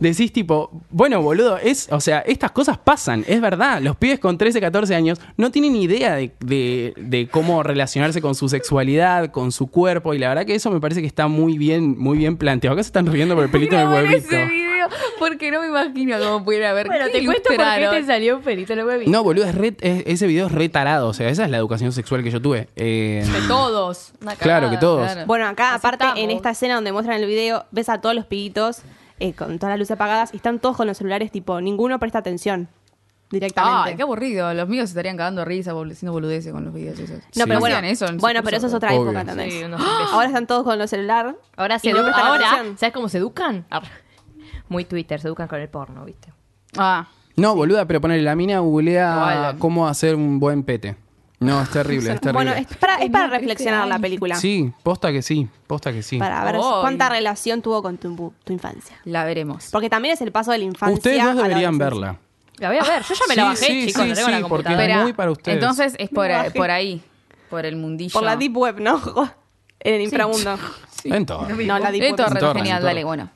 Decís tipo, bueno, boludo, es, o sea, estas cosas pasan, es verdad. Los pibes con 13, 14 años no tienen idea de, de- de cómo relacionarse con su sexualidad, con su cuerpo, y la verdad que eso me parece que está muy bien, muy bien planteado. Acá se están riendo por el pelito en el
Quiero ver
huevito.
ese video porque no me imagino cómo pudiera ver.
Bueno,
¿Qué
te cuento por qué
ilustraron?
te salió un pelito en el huevito.
No, boludo, es re- es- ese video es retarado, o sea, esa es la educación sexual que yo tuve. Eh,
De todos. Una
Claro,
cagada.
que todos.
claro.
Bueno, acá,
Así
aparte,
estamos.
en esta escena donde muestran el video, ves a todos los piguitos eh, con todas las luces apagadas y están todos con los celulares, tipo, ninguno presta atención directamente.
Ay, qué aburrido. Los míos se estarían cagando risa bol- haciendo boludeces con los videos esos.
Sí.
no, pero bueno,
Hacían eso en su
bueno, pero eso
curso.
es otra
Obvio.
época, ¿entendés? ¡Ah!
Sí, unos imbéciles.
Ahora están todos con los celular.
Ahora, se
y no
edu-
prestan
ahora
atención.
¿sabes cómo se educan? Ar. Muy Twitter, se educan con el porno, ¿viste?
Ah,
No, boluda, pero ponerle la mina googlea
Igual.
cómo hacer un buen pete. No, es terrible, es terrible.
Bueno, es para, es para reflexionar la película.
Sí, posta que sí, posta que sí.
Para ver
Ay.
cuánta relación tuvo con tu, tu infancia.
la veremos.
Porque también es el paso de la infancia.
Ustedes
a
dos
la
deberían
adolescencia.
verla.
La voy a ver. Yo ya me la
Sí,
bajé,
sí,
chicos.
sí,
la tengo en la
sí, porque-
computadora.
Espera,
muy para ustedes.
Entonces es por,
Me bajé.
por ahí, por el mundillo.
Por la Deep Web, ¿no? en el inframundo.
En todo.
No, la Deep
Eh,
Web.
torre,
Torre,
genial,
torre.
dale, bueno.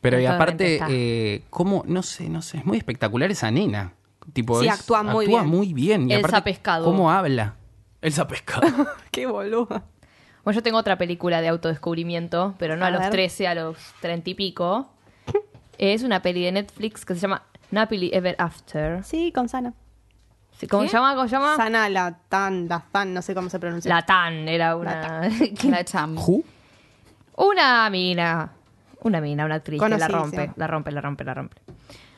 Pero y
En torrent
aparte,
está.
eh, cómo, no sé, no sé, es muy espectacular esa nena. Tipo,
Sí,
es-
actúa muy bien.
muy bien. Y
Elsa
aparte,
Pescado.
¿Cómo habla? Elsa Pescado.
Qué boludo.
Bueno, yo tengo otra película de autodescubrimiento, pero no a,
A
los
ver.
13, a los 30 y pico. Es una peli de Netflix que se llama Napoli Ever After.
Sí, con Sana.
Sí, ¿Cómo
¿Qué?
se llama? ¿Cómo se llama?
Sana, la tan, la tan, no sé cómo se pronuncia.
La Tan era una.
La cham.
Ju.
una mina. Una mina, una actriz que la
Conocidísima.
rompe, la rompe, la rompe, la rompe.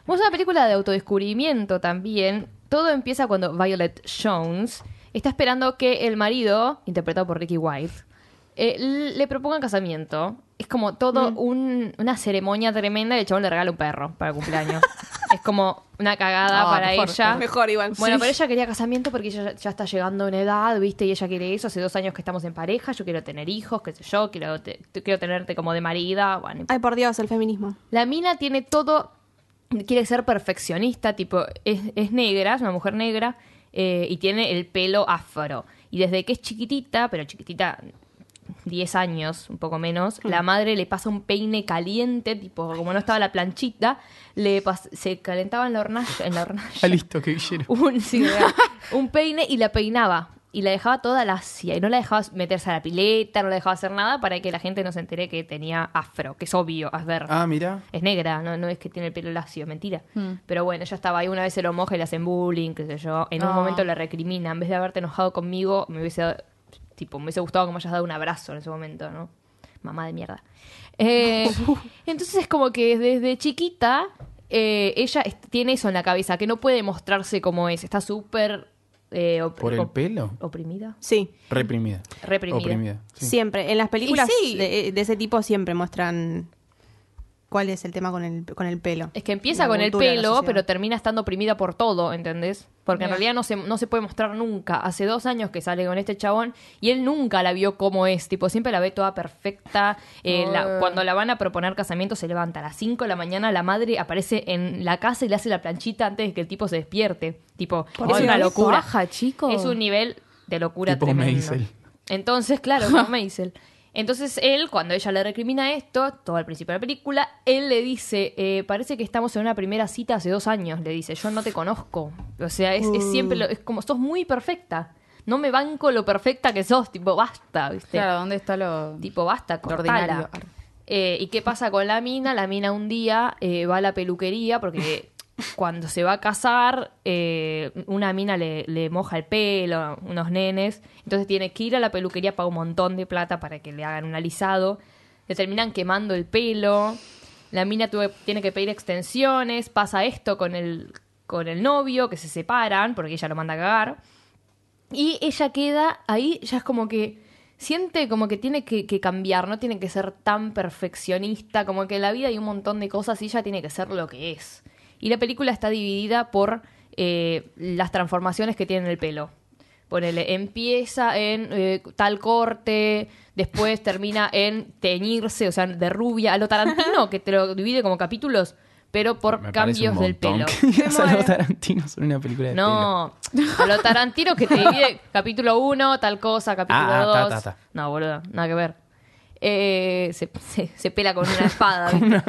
Bueno, es una película de autodescubrimiento también. Todo empieza cuando Violet Jones está esperando que el marido, interpretado por Ricky White, eh, le proponga casamiento. Es como todo
Mm.
un- una ceremonia tremenda y el chabón le regala un perro para el cumpleaños. es como una cagada
Ah,
para
mejor,
ella.
Mejor igual.
Bueno,
Sí.
pero ella quería casamiento porque ella ya- ya está llegando a una edad, ¿viste? Y ella quiere eso. Hace dos años que estamos en pareja. Yo quiero tener hijos, qué sé yo. Quiero, te- te- quiero tenerte como de marida. Bueno,
Ay, por Dios, el feminismo.
la mina tiene todo. Quiere ser perfeccionista, tipo, es, es negra, es una mujer negra, eh, y tiene el pelo afro. Y desde que es chiquitita, pero chiquitita 10 años, un poco menos, la madre le pasa un peine caliente, tipo, como no estaba la planchita, le pas- se calentaba en la hornalla, en la hornalla
Ah, listo, que hicieron.
un, sí, real. un peine y la peinaba. Y la dejaba toda lacia. Y no la dejaba meterse a la pileta, no la dejaba hacer nada para que la gente no se entere que tenía afro, que es obvio, a ver.
Ah, mira.
Es negra, no, no es que tiene el pelo lacio, mentira.
Mm.
Pero bueno, ella estaba ahí, una vez se lo moja y le hacen bullying, qué sé yo. En un
Ah.
momento la recrimina, en vez de haberte enojado conmigo, me hubiese, tipo, me hubiese gustado que me hayas dado un abrazo en ese momento, ¿no? Mamá de mierda. Eh, entonces es como que desde chiquita eh, ella es- tiene eso en la cabeza, que no puede mostrarse como es, está súper... eh, op-
¿Por el
op-
pelo?
Oprimida.
Sí,
Reprimida.
Reprimida.
Oprimida. sí.
siempre. En las películas
Y sí.
de, de ese tipo siempre muestran cuál es el tema con el, con el pelo.
Es que empieza
La
con el
cultura de la
pelo,
sociedad.
pero termina estando oprimida por todo, ¿entendés? Porque en
Bien.
realidad no se, no se puede mostrar nunca. Hace dos años que sale con este chabón y él nunca la vio como es. Tipo, siempre la ve toda perfecta. Eh, la-
Ah.
cuando la van a proponer casamiento, se levanta a las 5 de la mañana. La madre aparece en la casa y le hace la planchita antes de que el tipo se despierte. Tipo,
Por
es
Dios,
una
qué
locura.
paja, chico.
Es un nivel de locura
Tipo
tremendo.
Maisel.
Entonces, claro, como Maisel. Entonces él, cuando ella le recrimina esto, todo al principio de la película, él le dice, eh, parece que estamos en una primera cita hace dos años, le dice, yo no te conozco. O sea, es, es siempre, lo- es como, sos muy perfecta. No me banco lo perfecta que sos, tipo, basta, ¿viste?
Claro, ¿dónde está lo...?
Tipo, basta,
Lo ordinario.
cortala. Eh, ¿Y qué pasa con la mina? La mina un día eh, va a la peluquería porque cuando se va a casar, eh, una mina le, le moja el pelo, unos nenes. Entonces tiene que ir a la peluquería, paga un montón de plata para que le hagan un alisado. Le terminan quemando el pelo. La mina tuve- tiene que pedir extensiones. Pasa esto con el, con el novio, que se separan porque ella lo manda a cagar. Y ella queda ahí, ya es como que siente como que tiene que, que cambiar, no tiene que ser tan perfeccionista, como que en la vida hay un montón de cosas y ella tiene que ser lo que es. Y la película está dividida por eh, las transformaciones que tiene en el pelo. Ponele, empieza en eh, tal corte, después termina en teñirse, o sea, de rubia, a lo tarantino, que te lo divide como capítulos, pero por
Me parece un
cambios del
montón
pelo.
que digas algo Tarantino sobre una película de pelo.
No, a lo Tarantino que te divide capítulo 1, tal cosa,
Ah, ah,
capítulo
ta,
2.
ta, ta.
No, boludo, nada que ver. Eh, se, se- se pela con una espada. ¿viste?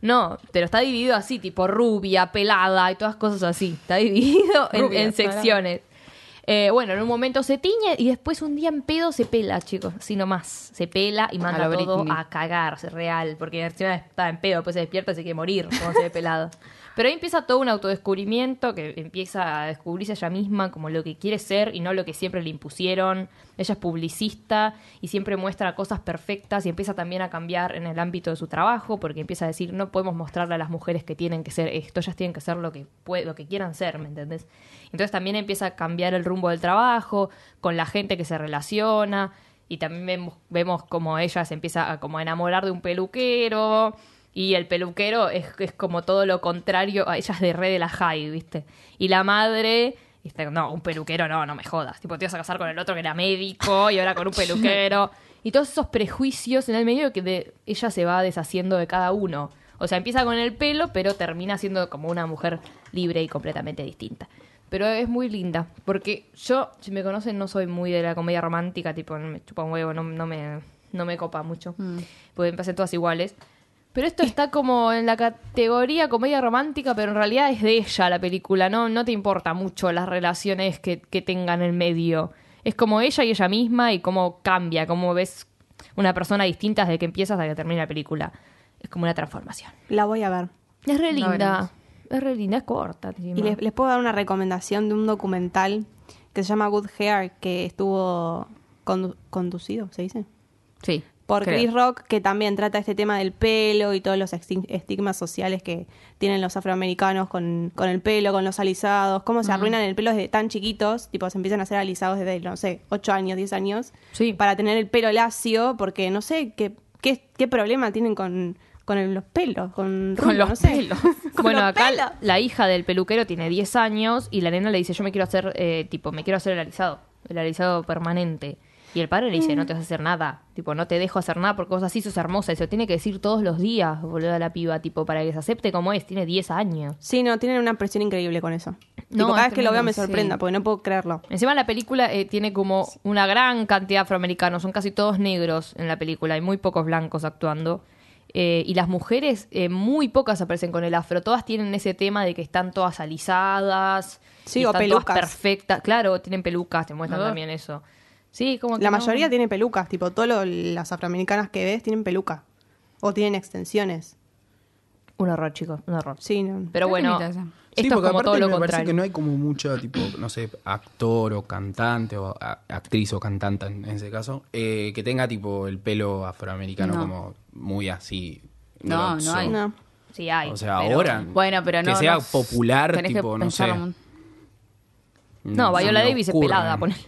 No, pero está dividido así, tipo rubia, pelada y todas cosas así. Está dividido en-
Rubia,
en,
pará.
secciones. Eh, bueno, en un momento se tiñe y después un día en pedo se pela, chicos, así nomás. Se pela y manda
la
todo
Britney.
a cagar, es real, porque encima está en pedo, después se despierta y se quiere morir cuando se ve pelado. Pero ahí empieza todo un autodescubrimiento que empieza a descubrirse ella misma como lo que quiere ser y no lo que siempre le impusieron. Ella es publicista y siempre muestra cosas perfectas y empieza también a cambiar en el ámbito de su trabajo porque empieza a decir no podemos mostrarle a las mujeres que tienen que ser esto, ellas tienen que ser lo que, pue- lo que quieran ser, ¿me entendés? Entonces también empieza a cambiar el rumbo del trabajo, con la gente que se relaciona y también vemos, vemos como ella se empieza a como a enamorar de un peluquero y el peluquero es, es como todo lo contrario a ella es de re de la high, ¿viste? Y la madre dice, no, un peluquero no, no me jodas, tipo te vas a casar con el otro que era médico y ahora con un peluquero y todos esos prejuicios en el medio que de- ella se va deshaciendo de cada uno. O sea, empieza con el pelo, pero termina siendo como una mujer libre y completamente distinta. Pero es muy linda, porque yo, si me conocen, no soy muy de la comedia romántica, tipo, me chupa un huevo, no, no me, no me copa mucho, porque me parecen todas iguales. Pero esto está como en la categoría comedia romántica, pero en realidad es de ella la película, no, no te importa mucho las relaciones que, que tenga en el medio. Es como ella y ella misma y cómo cambia, cómo ves una persona distinta desde que empiezas hasta que termina la película. Es como una transformación.
La voy a ver.
Es re
La
linda.
veremos.
Es re linda, es corta. encima.
Y les, les puedo dar una recomendación de un documental que se llama Good Hair, que estuvo condu- conducido, ¿se dice?
Sí.
Por
creo.
Chris Rock, que también trata este tema del pelo y todos los esti- estigmas sociales que tienen los afroamericanos con, con el pelo, con los alisados, cómo se arruinan el pelo desde tan chiquitos, tipo se empiezan a hacer alisados desde, no sé, 8 años, 10 años,
Sí.
para tener el pelo lacio, porque no sé qué, qué, qué problema tienen con, con el- los pelos, con,
Con
rulos,
los
no sé.
pelos.
Con
bueno,
los
acá
pelos.
la, la hija del peluquero tiene 10 años y la nena le dice, yo me quiero hacer, eh, tipo, me quiero hacer el alisado, el alisado permanente. Y el padre le dice, no te vas a hacer nada, tipo, no te dejo hacer nada porque vos así sos hermosa. Y se lo tiene que decir todos los días, boludo, a la piba, tipo, para que se acepte como es, tiene 10 años.
Sí, no, tienen una presión increíble con eso. Tipo,
No,
cada
es
vez que lo veo
tremendo,
me sorprenda,
sí.
porque no puedo creerlo.
Encima la película eh, tiene como una gran cantidad de afroamericanos, son casi todos negros en la película, hay muy pocos blancos actuando. Eh, y las mujeres, eh, muy pocas aparecen con el afro, todas tienen ese tema de que están todas alisadas,
Sí,
y
o
están todas
pelucas.
perfectas, claro, tienen pelucas, te muestran
Ah.
también eso. Sí, como que
La
no-
mayoría tiene pelucas, tipo, todas las afroamericanas que ves tienen peluca. O tienen extensiones.
Un horror, chicos, un horror.
Sí, no.
Pero
Qué
bueno,
bonita esa.
Sí,
esto es
porque
como
aparte
todo lo
me parece que
contrario.
no hay como mucho, tipo, no sé, actor o cantante o a- actriz o cantante en, en ese caso, eh, que tenga tipo el pelo afroamericano
No.
como muy así.
No,
grosso.
no hay.
No.
Sí, hay.
O sea,
pero-
ahora.
Bueno, pero no.
Que sea
no-
popular,
tenés que
tipo, no sé.
pensarlo un-
No,
Mm, se
Viola
me
Davis es
ocurre.
pelada, ponele.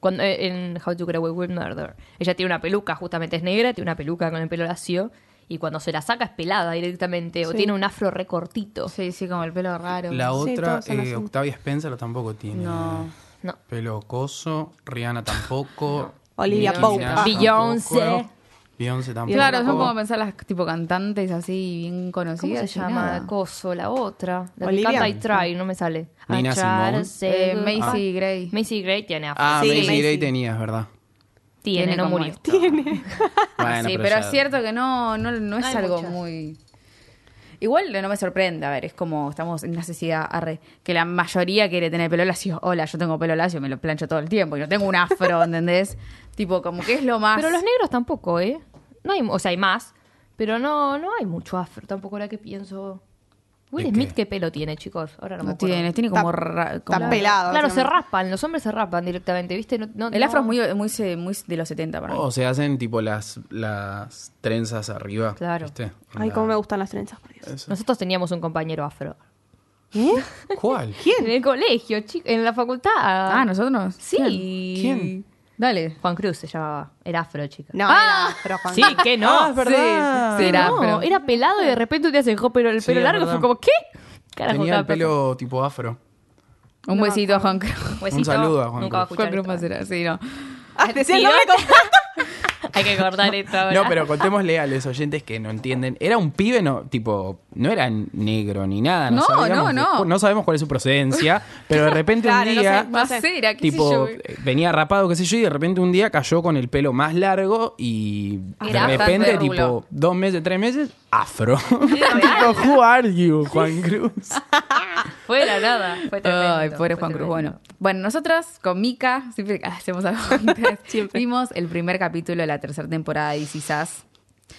Cuando, eh, en How to Get Away with Murder. Ella tiene una peluca, justamente es negra, tiene una peluca con el pelo lacio. Y cuando se la saca es pelada directamente. O
Sí.
tiene un afro recortito.
Sí, sí, como el pelo raro.
La
Sí,
otra,
todos son
eh,
así.
Octavia Spencer tampoco tiene.
No.
No.
Pelo coso, Rihanna tampoco.
Olivia
Nicki
Pope.
Minaj
Beyoncé.
tampoco, Beyoncé tampoco.
Claro, son como pensar las tipo cantantes así bien
¿Cómo
conocidas.
se llama? Coso, la otra. La que
Olivia.
canta I Try, no me sale. I
Nina
try
Simone.
to say
Eh,
goodbye.
Macy Gray.
Macy Gray tiene afro.
Ah,
Sí,
Macy
Macy.
Gray tenía, es verdad.
tiene,
tiene
no
como
murió.
esto.
Bueno,
sí, pero
ya-
es cierto que no, no, no es
Hay
algo
muchas.
muy... Igual no me sorprende, a ver, es como estamos en una sociedad arre, que la mayoría quiere tener pelo lacio. Hola, yo tengo pelo lacio, me lo plancho todo el tiempo, y no tengo un afro, ¿entendés? tipo, como que es lo más...
Pero los negros tampoco, ¿eh? No hay, o sea, hay más. Pero no, no hay mucho afro tampoco ahora que pienso. Will
¿De
Smith,
qué?
¿qué? pelo tiene, chicos? Ahora no, me
no
acuerdo.
tiene, tiene como...
Está-
ra-
está
como-
pelado.
Claro, se
básicamente.
rapan, los hombres se rapan directamente, ¿viste? No, no-
El
no-
afro es muy, muy, se- muy de los 70 para mí.
O se hacen tipo las, las trenzas arriba.
Claro.
¿viste?
Ay,
La-
cómo me gustan las trenzas, por Dios.
Eso.
Nosotros teníamos un compañero afro.
¿Cuál?
En el colegio, chico, en la facultad.
Ah, ¿nosotros?
Sí.
¿Quién?
Dale.
Juan Cruz se llamaba. Era afro, chica.
No,
Ah.
era afro, Juan.
Sí, que no.
Ah, es verdad.
Sí, sí, era
No,
afro.
era pelado y de repente un día se dejó pero el
Sí,
pelo
es
largo.
verdad.
Fue como, ¿qué? Carajo,
Tenía el
cada persona.
pelo tipo afro.
Un besito a Juan Cruz.
Huesito,
Un saludo a Juan
Nunca va a
Cruz.
escuchar
Juan Cruz
esto.
Maceras, sí, no.
Ah, decía el
Sí,
nombre
¿no?
completo.
Hay que cortar esto ahora.
No, pero contémosle a los oyentes que no entienden. Era un pibe, no, tipo, no era negro ni nada. No,
No,
sabíamos
no,
de-
no.
no sabemos cuál es su procedencia, pero de repente
Claro,
un
no
día,
sé, no sé.
Macera, qué sé yo.
tipo, eh, venía rapado, qué sé yo, y de repente un día cayó con el pelo más largo y de
Era
repente,
bastante rulo.
tipo, dos meses, tres meses, afro. tipo, who are you, Juan Cruz?
Fue de la nada. Fue tremendo.
Ay, pobre
fue
Juan Cruz.
tremendo.
Bueno, bueno, nosotras con Mika, siempre hacemos algo juntas, vimos el primer capítulo de la tercera temporada de DC Sass.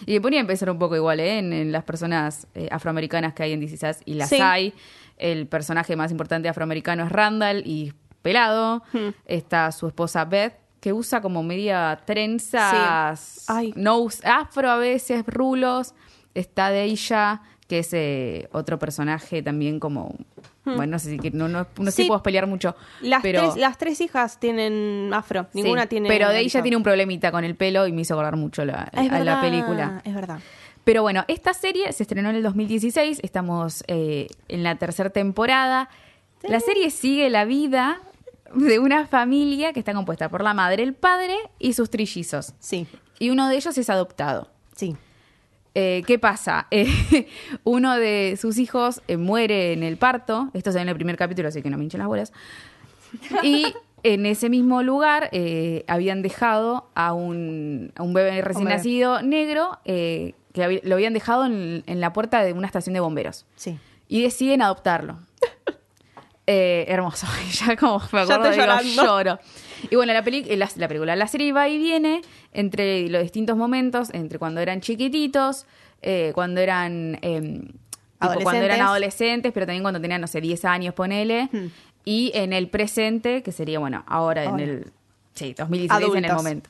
Y me ponía a empezar un poco igual, ¿eh? En, en las personas eh, afroamericanas que hay en DC Sass, y las
Sí.
hay. El personaje más importante afroamericano es Randall y pelado. Está su esposa Beth, que usa como media trenzas.
Ay.
No us- afro a veces, rulos. Está Deisha, que es eh, otro personaje también como. Bueno, no sé si que- no, no, no sé
Hmm. Sí.
si puedo pelear mucho.
Las,
pero,
tres, las tres hijas tienen afro.
sí,
Ninguna tiene.
Pero
ella
Deisha tiene un problemita con el pelo y me hizo acordar mucho la- a la película.
Es verdad.
Pero bueno, esta serie se estrenó en el 2016, estamos eh, en la tercera temporada. La serie sigue la vida de una familia que está compuesta por la madre, el padre y sus trillizos.
Sí,
Y uno de ellos es adoptado.
sí.
Eh, ¿Qué pasa? Eh, uno de sus hijos eh, muere en el parto. Esto se ve en el primer capítulo, así que no me hinchen las bolas. Y en ese mismo lugar eh, habían dejado a un, a un bebé recién
bebé.
nacido negro eh, que habi- lo habían dejado en, en la puerta de una estación de bomberos.
Sí.
Y deciden adoptarlo. Eh, hermoso. ya como me
Ya
acuerdo,
estoy
digo,
llorando.
lloro. Y bueno, la, peli eh, la, la película, la serie va y viene entre los distintos momentos, entre cuando eran chiquititos, eh, cuando eran... eh, tipo, cuando
Adolescentes.
eran adolescentes, pero también cuando tenían, no sé, 10 años, ponele.
Hmm.
Y en el presente, que sería, bueno, ahora en
Ahora.
el... Sí, 2016 en el
Adultos.
momento.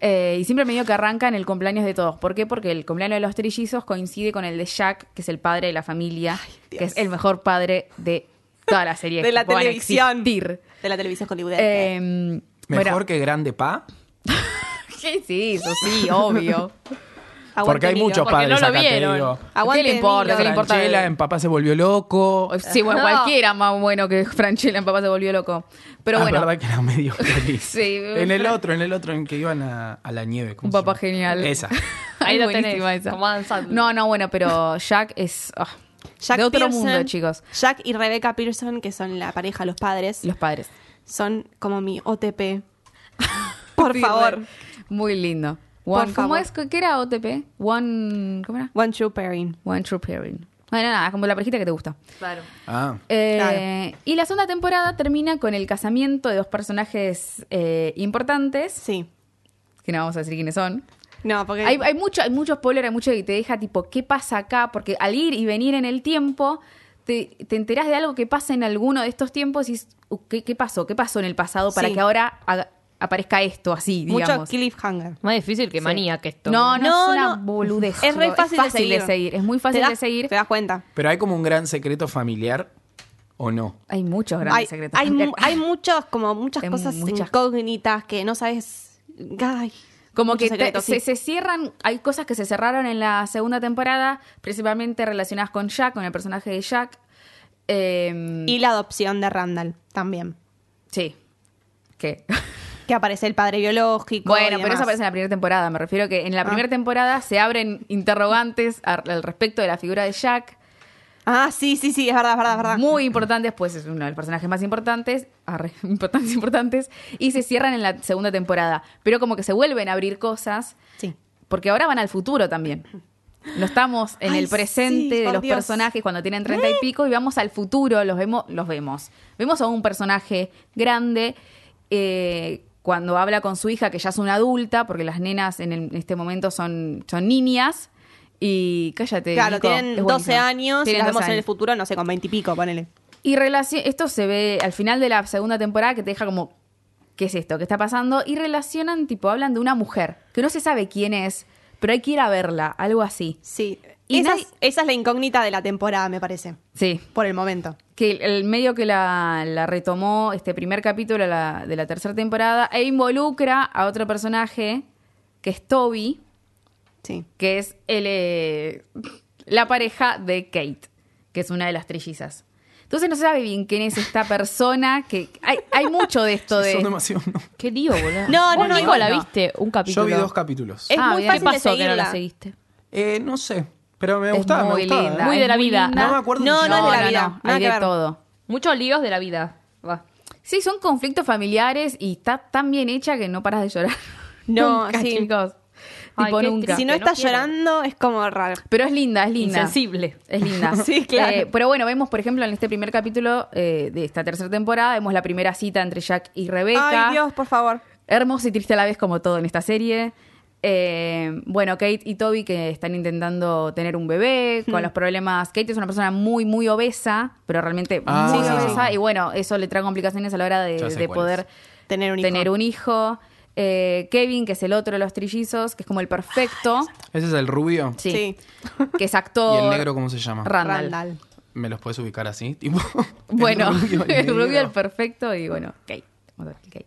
Eh, y siempre me digo que arranca en el cumpleaños de todos. ¿Por qué? Porque el cumpleaños de los trillizos coincide con el de Jack, que es el padre de la familia,
Dios.
que es el mejor padre de toda la serie.
De la
que puedan
televisión.
existir.
De la televisión hollywoodense.
Eh,
Mejor
bueno,
que Grande Pa,
sí, sí, eso sí, obvio.
porque hay muchos
porque
padres
no lo
acá, te
vieron.
digo.
Aguante,
¿Qué le importa?
Nilo.
¿Qué le importa? Oh,
Franchella en Papá se volvió loco.
Sí, bueno,
No.
cualquiera más bueno que Franchella en Papá se volvió loco. Pero
Ah,
bueno,
verdad que era medio feliz.
Sí,
en el otro, en el otro, en que iban a, a la nieve. ¿cómo
un
se llama?
papá genial.
Esa.
Ay,
Ahí lo
buenísima
tenés, como Adam Sandler.
No, no, bueno, pero Jack es... ah, De otro mundo, chicos.
Jack y Rebecca Pearson, que son la pareja, los padres,
Los padres.
son como mi OTP. Por favor.
Muy lindo. One, ¿Cómo
favor.
es? ¿Qué era OTP? One. ¿Cómo era?
One True Pairing.
One True Pairing. Bueno, nada, como la parejita que te gusta.
Claro.
Ah,
Eh, Y la segunda temporada termina con el casamiento de dos personajes eh, importantes,
Sí.
que no vamos a decir quiénes son.
No, porque.
Hay, hay mucho, hay mucho spoiler, hay mucho que te deja tipo, ¿qué pasa acá? Porque al ir y venir en el tiempo, te, te enterás de algo que pasa en alguno de estos tiempos y es, uh, ¿qué, qué pasó? ¿Qué pasó en el pasado para
Sí.
que ahora haga- aparezca esto así, digamos?
mucho cliffhanger.
Más difícil que manía que esto.
No, no,
No,
es una
no.
boludez.
Es re
boludo.
fácil de seguir.
Es muy fácil
¿Te das-
de seguir.
Te das cuenta.
pero hay como un gran secreto familiar o no.
Hay muchos grandes
Hay,
secretos.
hay mu- hay muchos, como muchas
Hay
cosas
muchas-
incógnitas que no sabes. Ay,
Como
muchos
que te-
secretos,
se,
sí.
se cierran, hay cosas que se cerraron en la segunda temporada, principalmente relacionadas con Jack, con el personaje de Jack. Eh,
Y la adopción de Randall también.
sí. ¿Qué?
Que aparece el padre biológico. y
Bueno, pero
demás.
eso aparece en la primera temporada. Me refiero que en la
Ah.
primera temporada se abren interrogantes a- al respecto de la figura de Jack.
Ah, sí, sí, sí, es verdad, es verdad, es verdad.
Muy importantes, pues es uno de los personajes más importantes, arre, importantes, importantes, y se cierran en la segunda temporada. Pero como que se vuelven a abrir cosas,
Sí.
porque ahora van al futuro también. No estamos en
Ay,
el presente
sí,
de
por
los
Dios.
personajes cuando tienen treinta y pico y vamos al futuro, los vemos, los vemos. Vemos a un personaje grande eh, cuando habla con su hija, que ya es una adulta, porque las nenas en, el- en este momento son, son niñas. Y cállate.
Claro,
Nico,
tienen
es
12
buenísimo.
años y
Tienen
las
12
vemos en el
años.
futuro, no sé, con 20 y pico, ponele.
Y relaci- esto se ve al final de la segunda temporada que te deja como, ¿qué es esto? ¿Qué está pasando? Y relacionan, tipo, hablan de una mujer, que no se sabe quién es, pero hay que ir a verla, algo así.
Sí.
Y
esa,
nadie-
es, esa es la incógnita de la temporada, me parece.
Sí.
Por el momento.
Que el, el medio que la, la retomó este primer capítulo de la, de la tercera temporada e involucra a otro personaje, que es Toby,
Sí.
que es el, eh, la pareja de Kate, que es una de las trillizas. Entonces no se sabe bien quién es esta persona, que hay, hay mucho de esto de...
Son demasiado. no.
Qué lío, boludo.
No,
¿Vos,
no,
Nico,
no,
la
no.
viste un capítulo.
Yo vi dos capítulos.
Es
Ah,
muy
bien.
¿Qué
fácil de
pasó que no
seguirla.
la seguiste?
Eh, no sé, pero me
Es
gustaba, me
muy
gustaba.
linda,
¿eh?
Muy
es
de la vida.
linda.
No me acuerdo
No,
si
no,
yo-
es de la vida. nada
hay
que
de
ver.
todo.
Muchos líos de la vida. Va.
Sí, son conflictos familiares y está tan bien hecha que no paras de llorar.
No,
nunca,
sí.
chicos.
Ay,
tipo
qué
nunca.
triste.
Si no
Que no
estás
quiero.
llorando, es como raro.
Pero es linda, es linda.
Insensible.
Es linda. Eh,
Sí, claro.
pero bueno, vemos, por ejemplo, en este primer capítulo eh, de esta tercera temporada, vemos la primera cita entre Jack y Rebecca.
Ay, Dios, por favor.
Hermoso y triste a la vez, como todo en esta serie. Eh, bueno, Kate y Toby que están intentando tener un bebé
Hmm.
con los problemas. Kate es una persona muy, muy obesa, pero realmente
Ah,
muy
sí, sí,
obesa.
sí.
Y bueno, eso le trae complicaciones a la hora de,
Ya sé
de
cuál
poder
Tener un hijo.
tener un hijo. Eh, Kevin, que es el otro de los trillizos, que es como el perfecto,
Ese es el rubio.
sí.
Sí.
que es
¿Y
actor.
el negro cómo se llama?
Randall.
Randall.
¿Me los puedes ubicar así? Tipo, el
Bueno,
rubio,
el rubio, el
negro.
perfecto y bueno, Kate. Vamos a ver, Kate.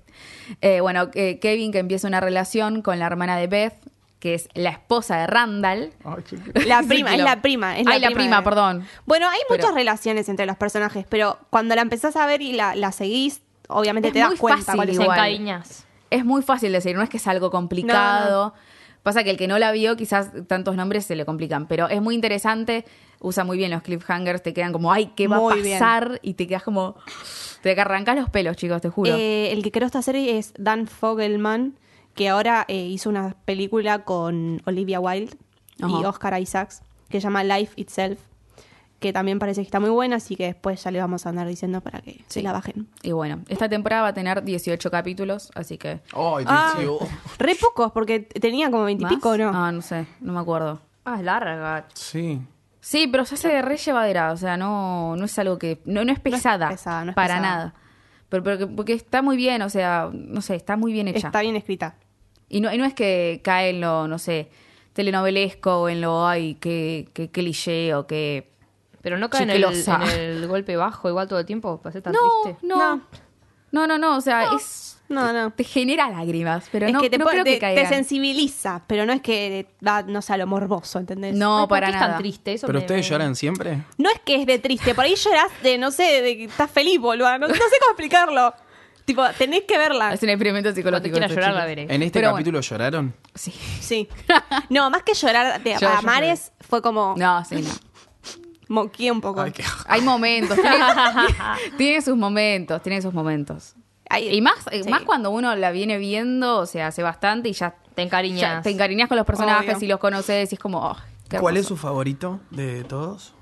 Eh, bueno, eh, Kevin que empieza una relación con la hermana de Beth, que es la esposa de Randall.
Ay, chiquito.
La
Sí,
prima, es
lo-
la prima. Es
Ay, la prima,
de-
perdón.
Bueno, hay
Pero-
muchas relaciones entre los personajes, pero cuando la empezás a ver y la, la seguís, obviamente
Es
te das
muy
cuenta
fácil
cuál es
Se
igual.
encariñas.
Es muy fácil decir, no es que es algo complicado. Pasa que el que no la vio, quizás tantos nombres se le complican, pero es muy interesante. Usa muy bien los cliffhangers, te quedan como, ay, ¿qué va
Muy
a
bien.
pasar? Y te quedas como, te arrancas los pelos, chicos, te juro.
Eh, el que creó esta serie es Dan Fogelman, que ahora eh, hizo una película con Olivia Wilde y
Ajá.
Oscar Isaacs, que se llama Life Itself, que también parece que está muy buena, así que después ya le vamos a andar diciendo para que se la bajen.
Y bueno, esta temporada va a tener 18 capítulos, así que...
Ay,
Ah,
tío.
re pocos, porque t- tenía como veintipico,
¿Más?
¿no?
Ah, no sé, no me acuerdo.
Ah, es larga.
Sí.
Sí, pero se hace de re llevadera, o sea, no, no es algo que... No, no es pesada,
pesada, no es
para
pesada.
nada. Pero, pero que- porque está muy bien, o sea, no sé, está muy bien hecha.
Está bien escrita.
Y, no, y no es que cae en lo, no sé, telenovelesco o en lo, ay, qué, qué cliché o qué...
Pero no cae en el, en
Chiquilosa.
el golpe bajo igual todo el tiempo. Pasé tan
No,
triste.
no,
No.
no. No, no, o sea, es...
No, no.
Te genera lágrimas, pero
es
no,
que te,
no
pone-
creo
te-
que
te
caigan.
sensibiliza, pero no es que da, no sea lo morboso, ¿entendés?
No,
Ay, ¿por
para
qué es
nada.
tan triste? Eso
¿Pero
me-
ustedes
me-
lloran siempre?
No es que es de triste, por ahí llorás de, no sé, de que estás feliz, boludo. No, no sé cómo explicarlo. tipo, tenés que verla.
Es un experimento
Cuando
psicológico.
quiera
esto,
llorar la
chicos.
veré.
¿En este
Pero
capítulo lloraron?
Sí.
Sí. No, más que llorar de
Yo- yo
a mares, fue como
No, sí, no.
moqué un poco.
Ay, qué-
Hay momentos. Tiene, tiene sus momentos, tiene sus momentos.
Ay,
Y más, eh,
sí.
más cuando uno la viene viendo, o sea, hace bastante y ya
Te encariñas.
ya te encariñas con los personajes
Obvio.
y los conoces y es como, oh, qué
¿Cuál es
hermoso.
su favorito de todos?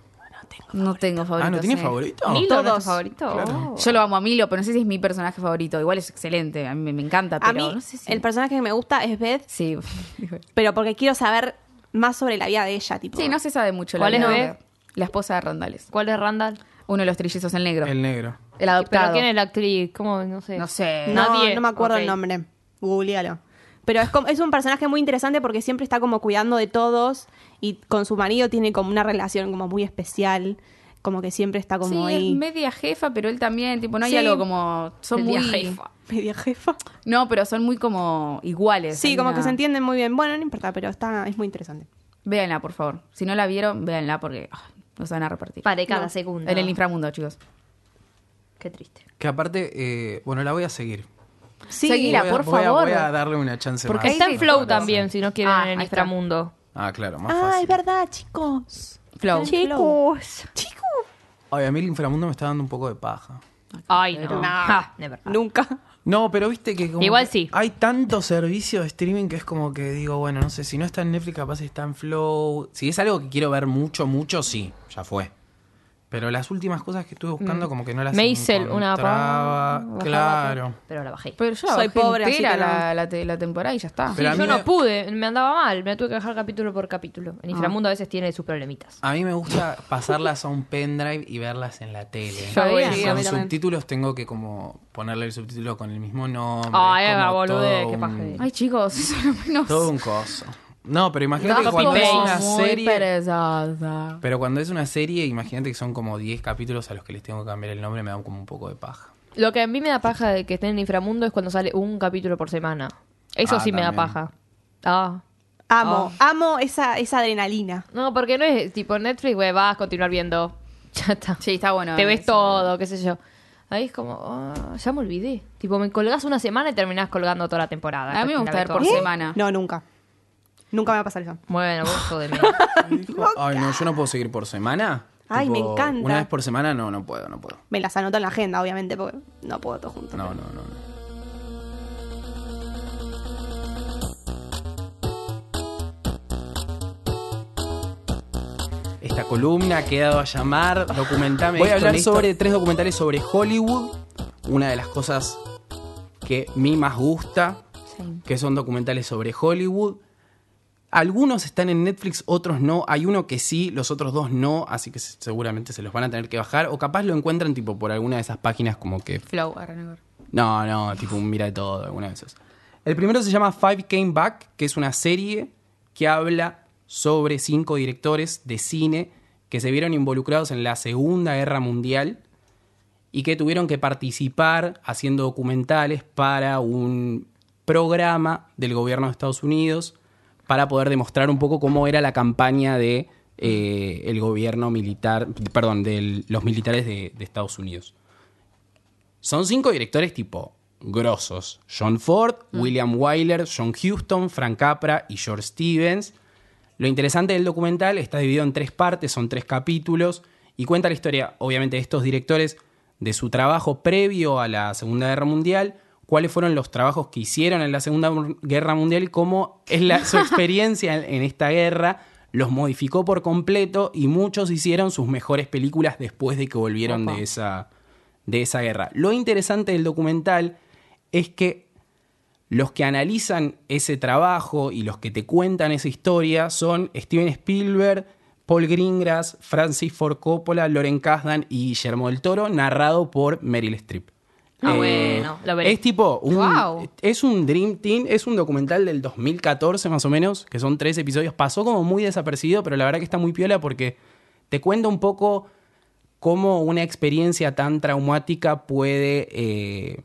No tengo favorito.
ah, ¿no tiene
sí.
favorito?
Milo,
Todos.
nuestro favorito. Oh.
Claro.
Yo lo amo a Milo, pero no sé si es mi personaje favorito. Igual es excelente, a mí me, me encanta, pero
a mí,
no sé si-
el personaje que me gusta es Beth,
Sí.
pero porque quiero saber más sobre la vida de ella, tipo.
sí, no se sabe mucho. la
¿Cuál es
verdad.
Beth?
La esposa de Randales.
¿Cuál es Randall?
Uno de los trillizos, el negro. El,
El negro.
adoptado.
¿Pero quién es la actriz? ¿Cómo? No sé.
No sé.
No,
Nadie.
no me acuerdo
Ok.
el nombre. Googlealo. Pero es, como, es un personaje muy interesante porque siempre está como cuidando de todos y con su marido tiene como una relación como muy especial, como que siempre está como
sí,
ahí.
es media jefa, pero él también, tipo, no hay
Sí.
algo como... Son
Media
muy...
jefa.
media jefa.
No, pero son muy como iguales.
Sí,
Hay
como
una-
que se entienden muy bien. Bueno, no importa, pero está es muy interesante.
Véanla, por favor. Si no la vieron, véanla porque ah, nos van a repartir.
Para cada
No.
segundo.
En el inframundo, chicos.
Qué triste.
Que aparte, eh, bueno, la voy a seguir.
Sí,
Seguila,
Voy a-
por
voy a-
favor.
Voy a darle una chance
Porque
más.
Está
Ahí
en
sí.
Flow también, si no quieren
Ah,
en el
ahí está.
inframundo.
Ah, claro, más
Ah,
fácil.
es verdad, chicos.
Flow.
Sí.
Chicos.
Ay, a mí el inframundo me está dando un poco de paja.
Ay, no.
No.
Ja, Ah, never.
Nunca.
No, pero viste que como
Igual
que
sí.
hay tanto servicio de streaming que es como que digo, bueno, no sé, si no está en Netflix, capaz está en Flow. Si es algo que quiero ver mucho, mucho, sí, ya fue. Pero las últimas cosas que
Mm.
estuve buscando como que no las
Maisel, una
encontraba.
bajaba,
Claro.
Pero la bajé.
Pero yo
Soy
bajé
pobre, así
entera
que no.
la, la te- la temporada y ya está.
Pero a
Sí,
mí
yo no
me-
pude, me andaba mal, me la tuve que dejar capítulo por capítulo.
Ah.
En Inframundo a veces tiene sus problemitas.
A mí me gusta pasarlas a un pendrive y verlas en la tele.
Yo
Y
voy
Sí, a
con
mí también.
subtítulos tengo que como ponerle el subtítulo con el mismo nombre.
Ay,
es como
Eva, boludez,
todo
qué
un-
paja.
Ay, chicos, eso es lo menos.
Todo un coso. No, pero imagínate que
Copy
cuando es
paste.
una
muy
serie...
perezada.
Pero cuando es una serie, imagínate que son como 10 capítulos a los que les tengo que cambiar el nombre, me dan como un poco de paja.
Lo que a mí me da paja de que esté en Inframundo es cuando sale un capítulo por semana. Eso
Ah,
sí me da
también.
paja. Ah.
Amo, amo esa, esa adrenalina.
No, porque no es tipo Netflix, güey, vas a continuar viendo. Ya está.
Sí, está bueno. eh,
Te ves
eso.
todo, qué sé yo. Ahí es como, ah, ya me olvidé. Tipo, me colgás una semana y terminás colgando toda la temporada.
A mí me
La
gusta
vi
ver
toda.
por
¿Eh?
semana.
No, nunca. Nunca me va a pasar eso.
Bueno, vos de mí.
Ay, no, yo no puedo seguir por semana.
Ay, me encanta.
Una vez por semana, no, no puedo, no puedo.
Me las anoto en la agenda, obviamente, porque no puedo todo junto.
No, no, no. no. Esta columna ha quedado a llamar documentame. Voy a hablar sobre tres documentales sobre Hollywood. Una de las cosas que a mí más gusta, que son documentales sobre Hollywood. Algunos están en Netflix, otros no. Hay uno que sí, los otros dos no, así que se- seguramente se los van a tener que bajar. O capaz lo encuentran tipo por alguna de esas páginas como que
Flow, a Renegor.
no, no, tipo un mira de todo, alguna de esas. El primero se llama Five Came Back, que es una serie que habla sobre cinco directores de cine que se vieron involucrados en la Segunda Guerra Mundial y que tuvieron que participar haciendo documentales para un programa del gobierno de Estados Unidos para poder demostrar un poco cómo era la campaña de eh, el gobierno militar, perdón, de los militares de- de Estados Unidos. Son cinco directores tipo grosos. John Ford, William Wyler, John Huston, Frank Capra y George Stevens. Lo interesante del documental está dividido en tres partes, son tres capítulos, y cuenta la historia, obviamente, de estos directores, de su trabajo previo a la Segunda Guerra Mundial, cuáles fueron los trabajos que hicieron en la Segunda Guerra Mundial, y cómo es la- su experiencia en, en esta guerra, los modificó por completo y muchos hicieron sus mejores películas después de que volvieron de esa, de esa guerra. Lo interesante del documental es que los que analizan ese trabajo y los que te cuentan esa historia son Steven Spielberg, Paul Greengrass, Francis Ford Coppola, Loren Kasdan y Guillermo del Toro, narrado por Meryl Streep. Eh,
Ah, bueno, lo veré.
Es tipo un,
Guau.
es un Dream Team, es un documental del 2014 más o menos, que son tres episodios. Pasó como muy desapercibido, pero la verdad que está muy piola porque te cuenta un poco cómo una experiencia tan traumática puede eh,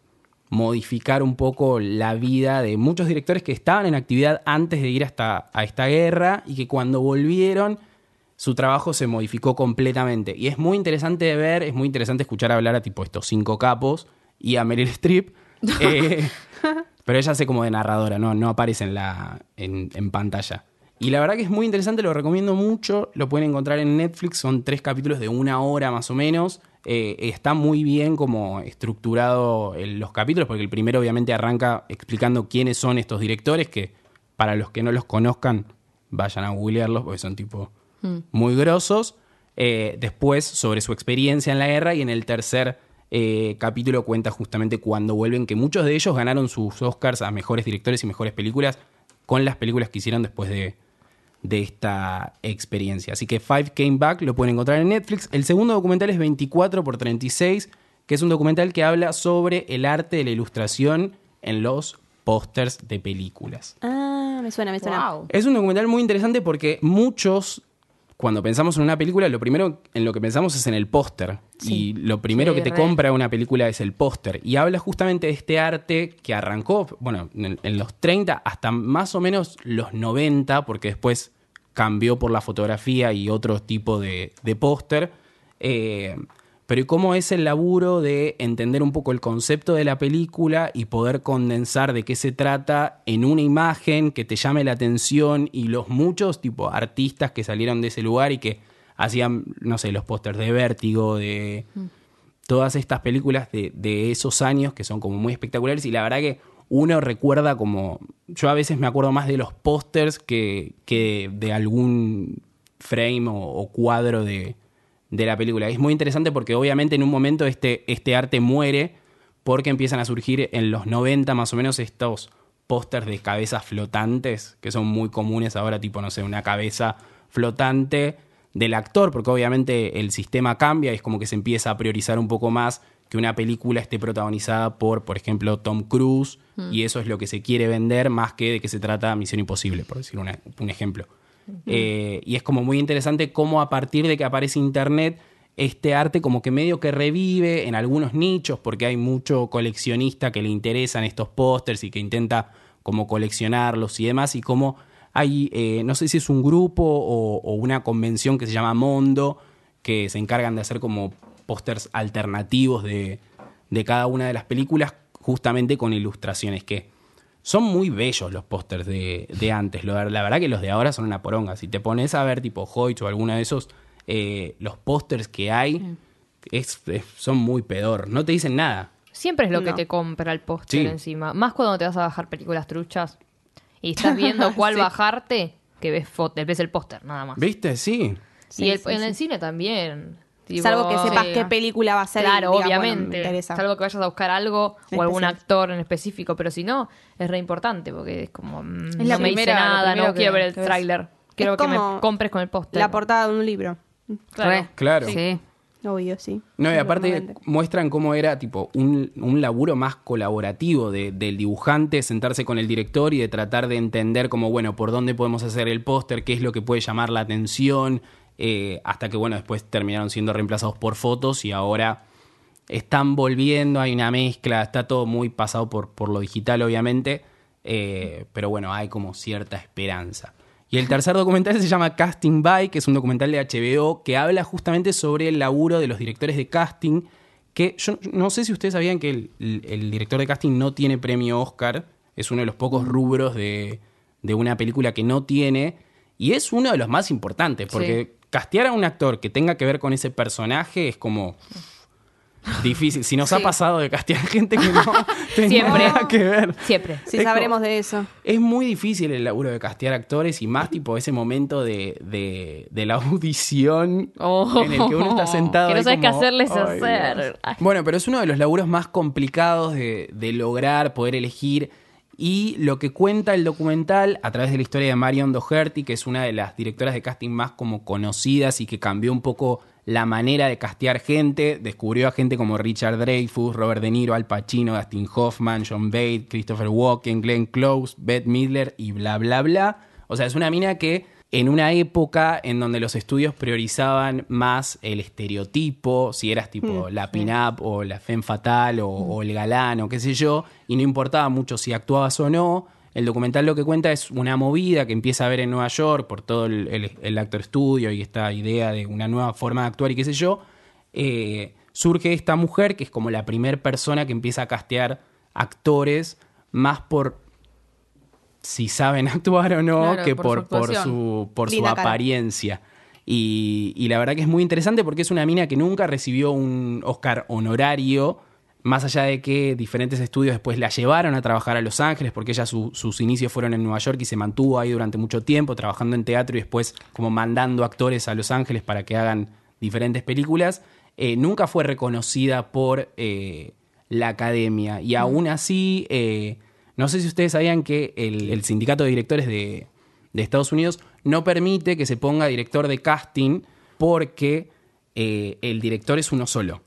modificar un poco la vida de muchos directores que estaban en actividad antes de ir hasta a esta guerra y que cuando volvieron su trabajo se modificó completamente. Y es muy interesante de ver, es muy interesante escuchar hablar a tipo estos cinco capos y a Meryl Streep. Eh, pero ella hace como de narradora, no, no aparece en, la, en, en pantalla. Y la verdad que es muy interesante, lo recomiendo mucho. Lo pueden encontrar en Netflix, son tres capítulos de una hora más o menos. Eh, está muy bien como estructurado el- los capítulos, porque el primero obviamente arranca explicando quiénes son estos directores, que para los que no los conozcan, vayan a googlearlos, porque son tipo muy grosos. Eh, después, sobre su experiencia en la guerra, y en el tercer eh, capítulo cuenta justamente cuando vuelven, que muchos de ellos ganaron sus Oscars a mejores directores y mejores películas con las películas que hicieron después de, de esta experiencia. Así que Five Came Back lo pueden encontrar en Netflix. El segundo documental es 24 por 36, que es un documental que habla sobre el arte de la ilustración en los pósters de películas.
Ah, me suena, me suena.
Wow.
Es un documental muy interesante porque muchos, cuando pensamos en una película, lo primero en lo que pensamos es en el póster. Y lo primero
Sí,
que te
re.
compra una película es el póster. Y habla justamente de este arte que arrancó, bueno, en, en los 30 hasta más o menos los 90, porque después cambió por la fotografía y otro tipo de, de póster. Eh, pero y cómo es el laburo de entender un poco el concepto de la película y poder condensar de qué se trata en una imagen que te llame la atención y los muchos tipo artistas que salieron de ese lugar y que hacían, no sé, los pósters de vértigo, de todas estas películas de, de esos años que son como muy espectaculares y la verdad que uno recuerda como, yo a veces me acuerdo más de los pósters que, que de algún frame o, o cuadro de, de la película. Es muy interesante porque obviamente en un momento este, este arte muere porque empiezan a surgir en los 90 más o menos estos pósters de cabezas flotantes que son muy comunes ahora, tipo, no sé, una cabeza flotante del actor, porque obviamente el sistema cambia y es como que se empieza a priorizar un poco más que una película esté protagonizada por, por ejemplo, Tom Cruise, y eso es lo que se quiere vender más que de que se trata Misión Imposible, por decir una- un ejemplo. Eh, y es como muy interesante cómo a partir de que aparece Internet, este arte como que medio que revive en algunos nichos, porque hay mucho coleccionista que le interesan estos pósters y que intenta como coleccionarlos y demás, y cómo hay, eh, no sé si es un grupo o, o una convención que se llama Mondo, que se encargan de hacer como pósters alternativos de, de cada una de las películas, justamente con ilustraciones que son muy bellos los pósters de, de antes. Lo- La verdad que los de ahora son una poronga. Si te pones a ver tipo Hoyt o alguna de esos, eh, los pósters que hay es- es- son muy pedor. No te dicen nada.
Siempre es lo que
No.
te compra el póster
Sí.
encima. Más cuando te vas a bajar películas truchas y estás viendo cuál bajarte, que ves, fo- ves el póster, nada más.
¿Viste? Sí.
y
Sí,
el-
sí,
en el
sí.
cine también. Tipo,
Salvo que sepas
sí.
qué película va a ser. y
Claro,
digas, bueno, me
obviamente.
interesa.
Salvo que vayas a buscar algo o algún
Especial.
actor en específico, pero si no, es re importante porque es como. mm,
Es la
no me dice
primera- lo
nada,
primero
no
que-
quiero ver el
que ves.
tráiler. Quiero que me
como
compres con el póster.
La portada de un libro.
Claro.
Re.
Claro.
Sí.
Obvio, sí.
No, y
Sí,
aparte
normalmente.
muestran cómo era tipo un, un laburo más colaborativo de- del dibujante, sentarse con el director y de tratar de entender como, bueno, por dónde podemos hacer el póster, qué es lo que puede llamar la atención, eh, hasta que, bueno, después terminaron siendo reemplazados por fotos y ahora están volviendo, hay una mezcla, está todo muy pasado por, por lo digital, obviamente, eh, pero bueno, hay como cierta esperanza. Y el tercer documental se llama Casting By, que es un documental de HBO que habla justamente sobre el laburo de los directores de casting, que yo no sé si ustedes sabían que el, el- el director de casting no tiene premio Oscar, es uno de los pocos rubros de, de una película que no tiene, y es uno de los más importantes, porque castear a un actor que tenga que ver con ese personaje es como... Difícil. Si nos ha pasado de castear gente que no tenía
Siempre.
nada que ver.
Siempre.
Sí,
Es como-
sabremos de eso.
Es muy difícil el laburo de castear actores y más tipo ese momento de, de- de la audición
Oh.
en el que uno está sentado.
Que no
ahí
sabes qué
como,
hacerles
"Ay,
hacer".
Dios".
Ay.
Bueno, pero es uno de los laburos más complicados de, de lograr, poder elegir. Y lo que cuenta el documental a través de la historia de Marion Doherty, que es una de las directoras de casting más como conocidas y que cambió un poco la manera de castear gente, descubrió a gente como Richard Dreyfus, Robert De Niro, Al Pacino, Dustin Hoffman, John Bate, Christopher Walken, Glenn Close, Bette Midler y bla bla bla. O sea, es una mina que en una época en donde los estudios priorizaban más el estereotipo, si eras
Mm,
tipo la pin-up o la femme fatal o, o el galán o qué sé yo, y no importaba mucho si actuabas o no. El documental lo que cuenta es una movida que empieza a ver en Nueva York por todo el, el- el actor studio y esta idea de una nueva forma de actuar y qué sé yo. Eh, surge esta mujer que es como la primera persona que empieza a castear actores más por si saben actuar o no
Claro,
que por,
por su
por
actuación.
su, por su
Linda cara.
apariencia. Y, y la verdad que es muy interesante porque es una mina que nunca recibió un Oscar honorario, más allá de que diferentes estudios después la llevaron a trabajar a Los Ángeles, porque ella su- sus inicios fueron en Nueva York y se mantuvo ahí durante mucho tiempo, trabajando en teatro y después como mandando actores a Los Ángeles para que hagan diferentes películas. Eh, nunca fue reconocida por eh, la academia. Y aún así, eh, no sé si ustedes sabían que el, el sindicato de directores de, de Estados Unidos no permite que se ponga director de casting porque eh, el director es uno solo.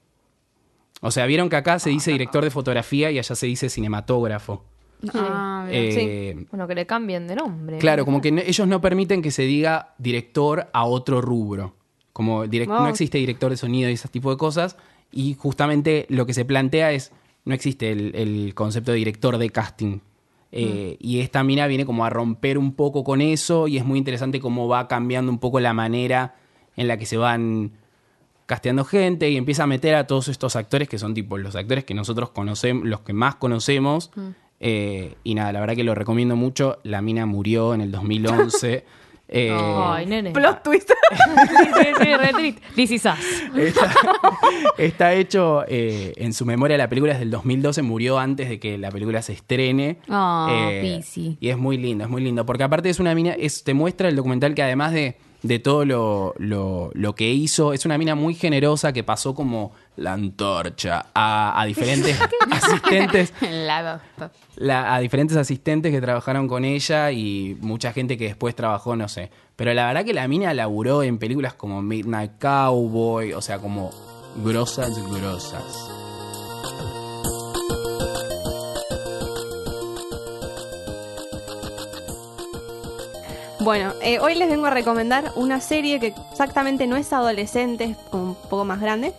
O sea, vieron que acá se dice director de fotografía y allá se dice cinematógrafo.
Ah, mira.
Eh,
Bueno, que le cambien de nombre.
Claro, como que no- ellos no permiten que se diga director a otro rubro. Como direc-
Wow.
no existe director de sonido y ese tipo de cosas. Y justamente lo que se plantea es, no existe el, el concepto de director de casting. Eh,
Mm.
Y esta mina viene como a romper un poco con eso y es muy interesante cómo va cambiando un poco la manera en la que se van casteando gente y empieza a meter a todos estos actores que son tipo los actores que nosotros conocemos, los que más conocemos. Eh, y nada, la verdad que lo recomiendo mucho. La mina murió en el 2011. Eh,
Ay, nene.
Plot twist.
Sí, sí, re triste. This is us.
está, está hecho eh, en su memoria la película es del 2012, murió antes de que la película se estrene. Eh,
Ah, Pisi.
y es muy lindo, es muy lindo. Porque aparte es una mina, es- te muestra el documental que además de, de todo lo, lo- lo que hizo, es una mina muy generosa que pasó como la antorcha a, a diferentes asistentes
La-
la- a diferentes asistentes que trabajaron con ella y mucha gente que después trabajó, no sé. Pero la verdad que la mina laburó en películas como Midnight Cowboy, o sea, como grosas, grosas.
Bueno, eh, hoy les vengo a recomendar una serie que exactamente no es adolescente, es como un poco más grande,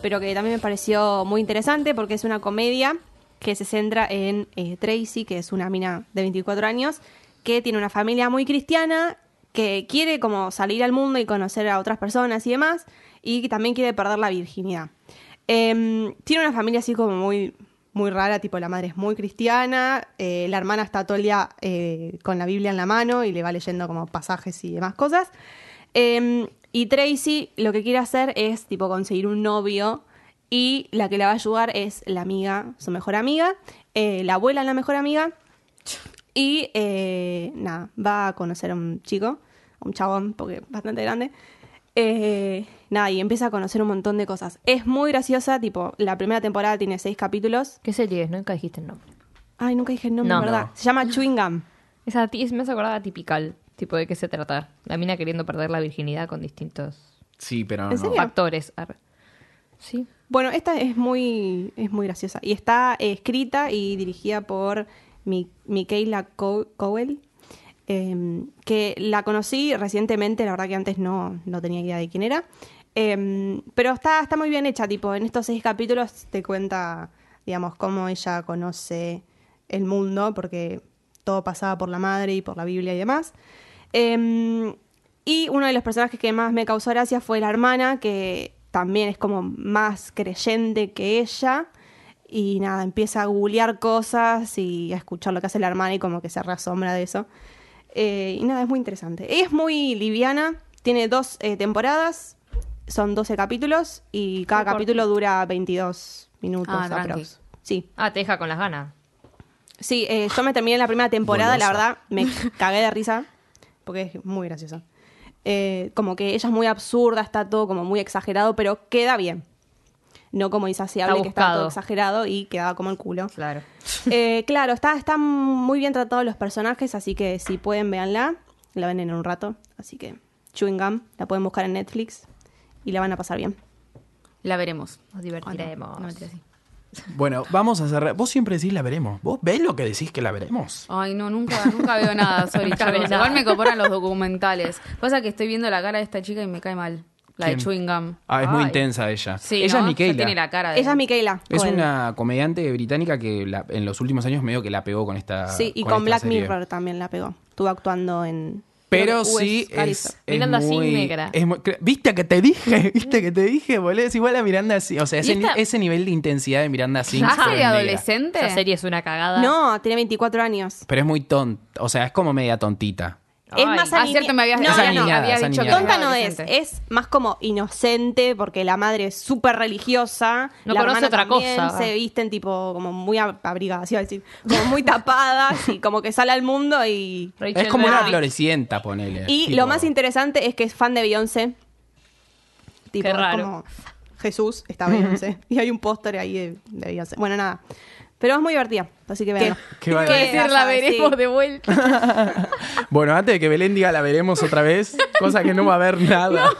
pero que también me pareció muy interesante porque es una comedia que se centra en eh, Tracy, que es una mina de 24 años, que tiene una familia muy cristiana, que quiere como salir al mundo y conocer a otras personas y demás, y que también quiere perder la virginidad. Em, tiene una familia así como muy, muy rara, tipo la madre es muy cristiana, eh, la hermana está todo el día eh, con la Biblia en la mano y le va leyendo como pasajes y demás cosas. Em, y Tracy lo que quiere hacer es tipo conseguir un novio y la que la va a ayudar es la amiga, su mejor amiga, eh, la abuela es la mejor amiga y eh, nada, va a conocer a un chico, a un chabón, porque es bastante grande. Eh, nada, y empieza a conocer un montón de cosas. Es muy graciosa, tipo, la primera temporada tiene seis capítulos.
¿Qué serie es? Nunca dijiste el nombre.
Ay, nunca dije el nombre,
No,
¿verdad?
no.
Se llama Chewing Gum.
Esa ti- es, me hace acordar a Tipical. Tipo, ¿de qué se trata? La mina queriendo perder la virginidad con distintos
Sí, pero
¿En
no.
serio?
factores. Arre. Sí.
Bueno, esta es muy, es muy graciosa. Y está eh, escrita y dirigida por Mi- Micaela Co- Cowell, eh, que la conocí recientemente, la verdad que antes no, no tenía idea de quién era. Eh, pero está, está muy bien hecha, tipo, en estos seis capítulos te cuenta, digamos, cómo ella conoce el mundo, porque todo pasaba por la madre y por la Biblia y demás. Eh, y uno de los personajes que más me causó gracia fue la hermana, que también es como más creyente que ella. Y nada, empieza a googlear cosas y a escuchar lo que hace la hermana y como que se reasombra de eso. Eh, y nada, es muy interesante. Es muy liviana, tiene dos eh, temporadas, son 12 capítulos y cada capítulo dura 22 minutos
Ah, tranqui.
aprox. Sí.
Ah, te deja con las ganas.
Sí, eh, yo me terminé la primera temporada, la
Golosa.
verdad, me cagué de risa, porque es muy graciosa. Eh, como que ella es muy absurda, está todo como muy exagerado, pero queda bien. No como insaciable,
Está
que está todo
buscado.
exagerado y quedaba como el culo.
Claro.
Eh, claro, está, están muy bien tratados los personajes, así que si pueden, véanla. La ven en un rato, así que Chewing Gum, la pueden buscar en Netflix y la van a pasar bien.
La veremos.
Nos
Ah, no.
divertiremos.
No, mentira, sí.
Bueno, vamos a cerrar. Vos siempre decís la veremos. ¿Vos ves lo que decís que la veremos?
Ay, no, nunca, nunca veo nada, sorry,
Nunca
chicos.
veo nada.
Igual me coparon los documentales. Pasa que estoy viendo la cara de esta chica y me cae mal. La
¿Quién?
de Chewing Gum.
Ah, es muy
Ay.
intensa ella.
Sí,
ella
¿no?
es Micaela.
Ya tiene la cara de...
Ella es Micaela.
Es
Cohen.
una comediante británica que la- en los últimos años medio que la pegó Ah, con esta.
Sí, y con,
esta
Black
serie.
Mirror también la pegó. Estuvo actuando en
Pero
U-
sí
US
es,
Califa.
es
Miranda
muy,
Singh negra.
es muy- cre- ¿Viste que te dije? ¿Viste que te dije, boludo? Es igual a Miranda Singh. O sea, ese,
Y esta-
ni- ese nivel de intensidad de Miranda Singh.
¿Hace
pero
de
es negra.
adolescente?
Esa serie es una cagada.
No, tiene 24 años.
Pero es muy tonta. O sea, es como media tontita.
Ay.
es más
Ah,
aliñe-
cierto, me habías,
No,
Es
habías-
no, no.
alineada,
habías
es
dicho que
alineada.
Tonta
era
no es,
adolescente.
es más como inocente porque la madre es súper religiosa.
No
la hermana
conoce otra
también,
cosa.
Se visten tipo como muy ab- abrigadas, iba a decir, como muy tapadas y como que sale al mundo y...
Rachel
Es como una
Berry.
florecienta, ponele.
Y
tipo-
lo más interesante es que es fan de Beyoncé. Tipo,
Qué
es
raro.
como Jesús está Beyoncé. y hay un póster ahí de, de Beyoncé. Bueno, nada. Pero es muy divertida, así que vean.
Qué bárbaro.
Quiero decir, la veremos de vuelta.
Bueno, antes de que Belén diga la veremos otra vez, cosa que no va a haber nada.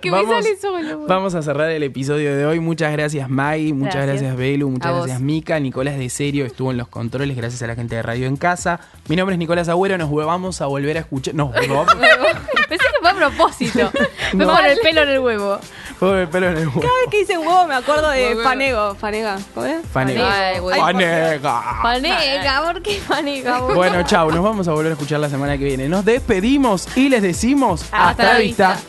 que me sale solo, boludo.
Vamos a cerrar el episodio de hoy. Muchas gracias Maggie, muchas gracias,
Gracias.
Belu, muchas
A vos.
gracias Mica, Nicolás de Serio estuvo en los controles, gracias a la gente de Radio en Casa. Mi nombre es Nicolás Agüero, nos vamos a volver a escuchar. Nos vamos
Pensé que fue a propósito. Fue
No.
por el pelo en el huevo.
Pongo el pelo en el huevo.
Cada vez que dice huevo me acuerdo de Fanego. Fanega. ¿Cómo es?
Fanega.
Ay, güey.
Fanega.
Panega, ¿por qué panega? boludo?
Bueno, chao, nos vamos a volver a escuchar la semana que viene. Nos despedimos y les decimos
Hasta la vista.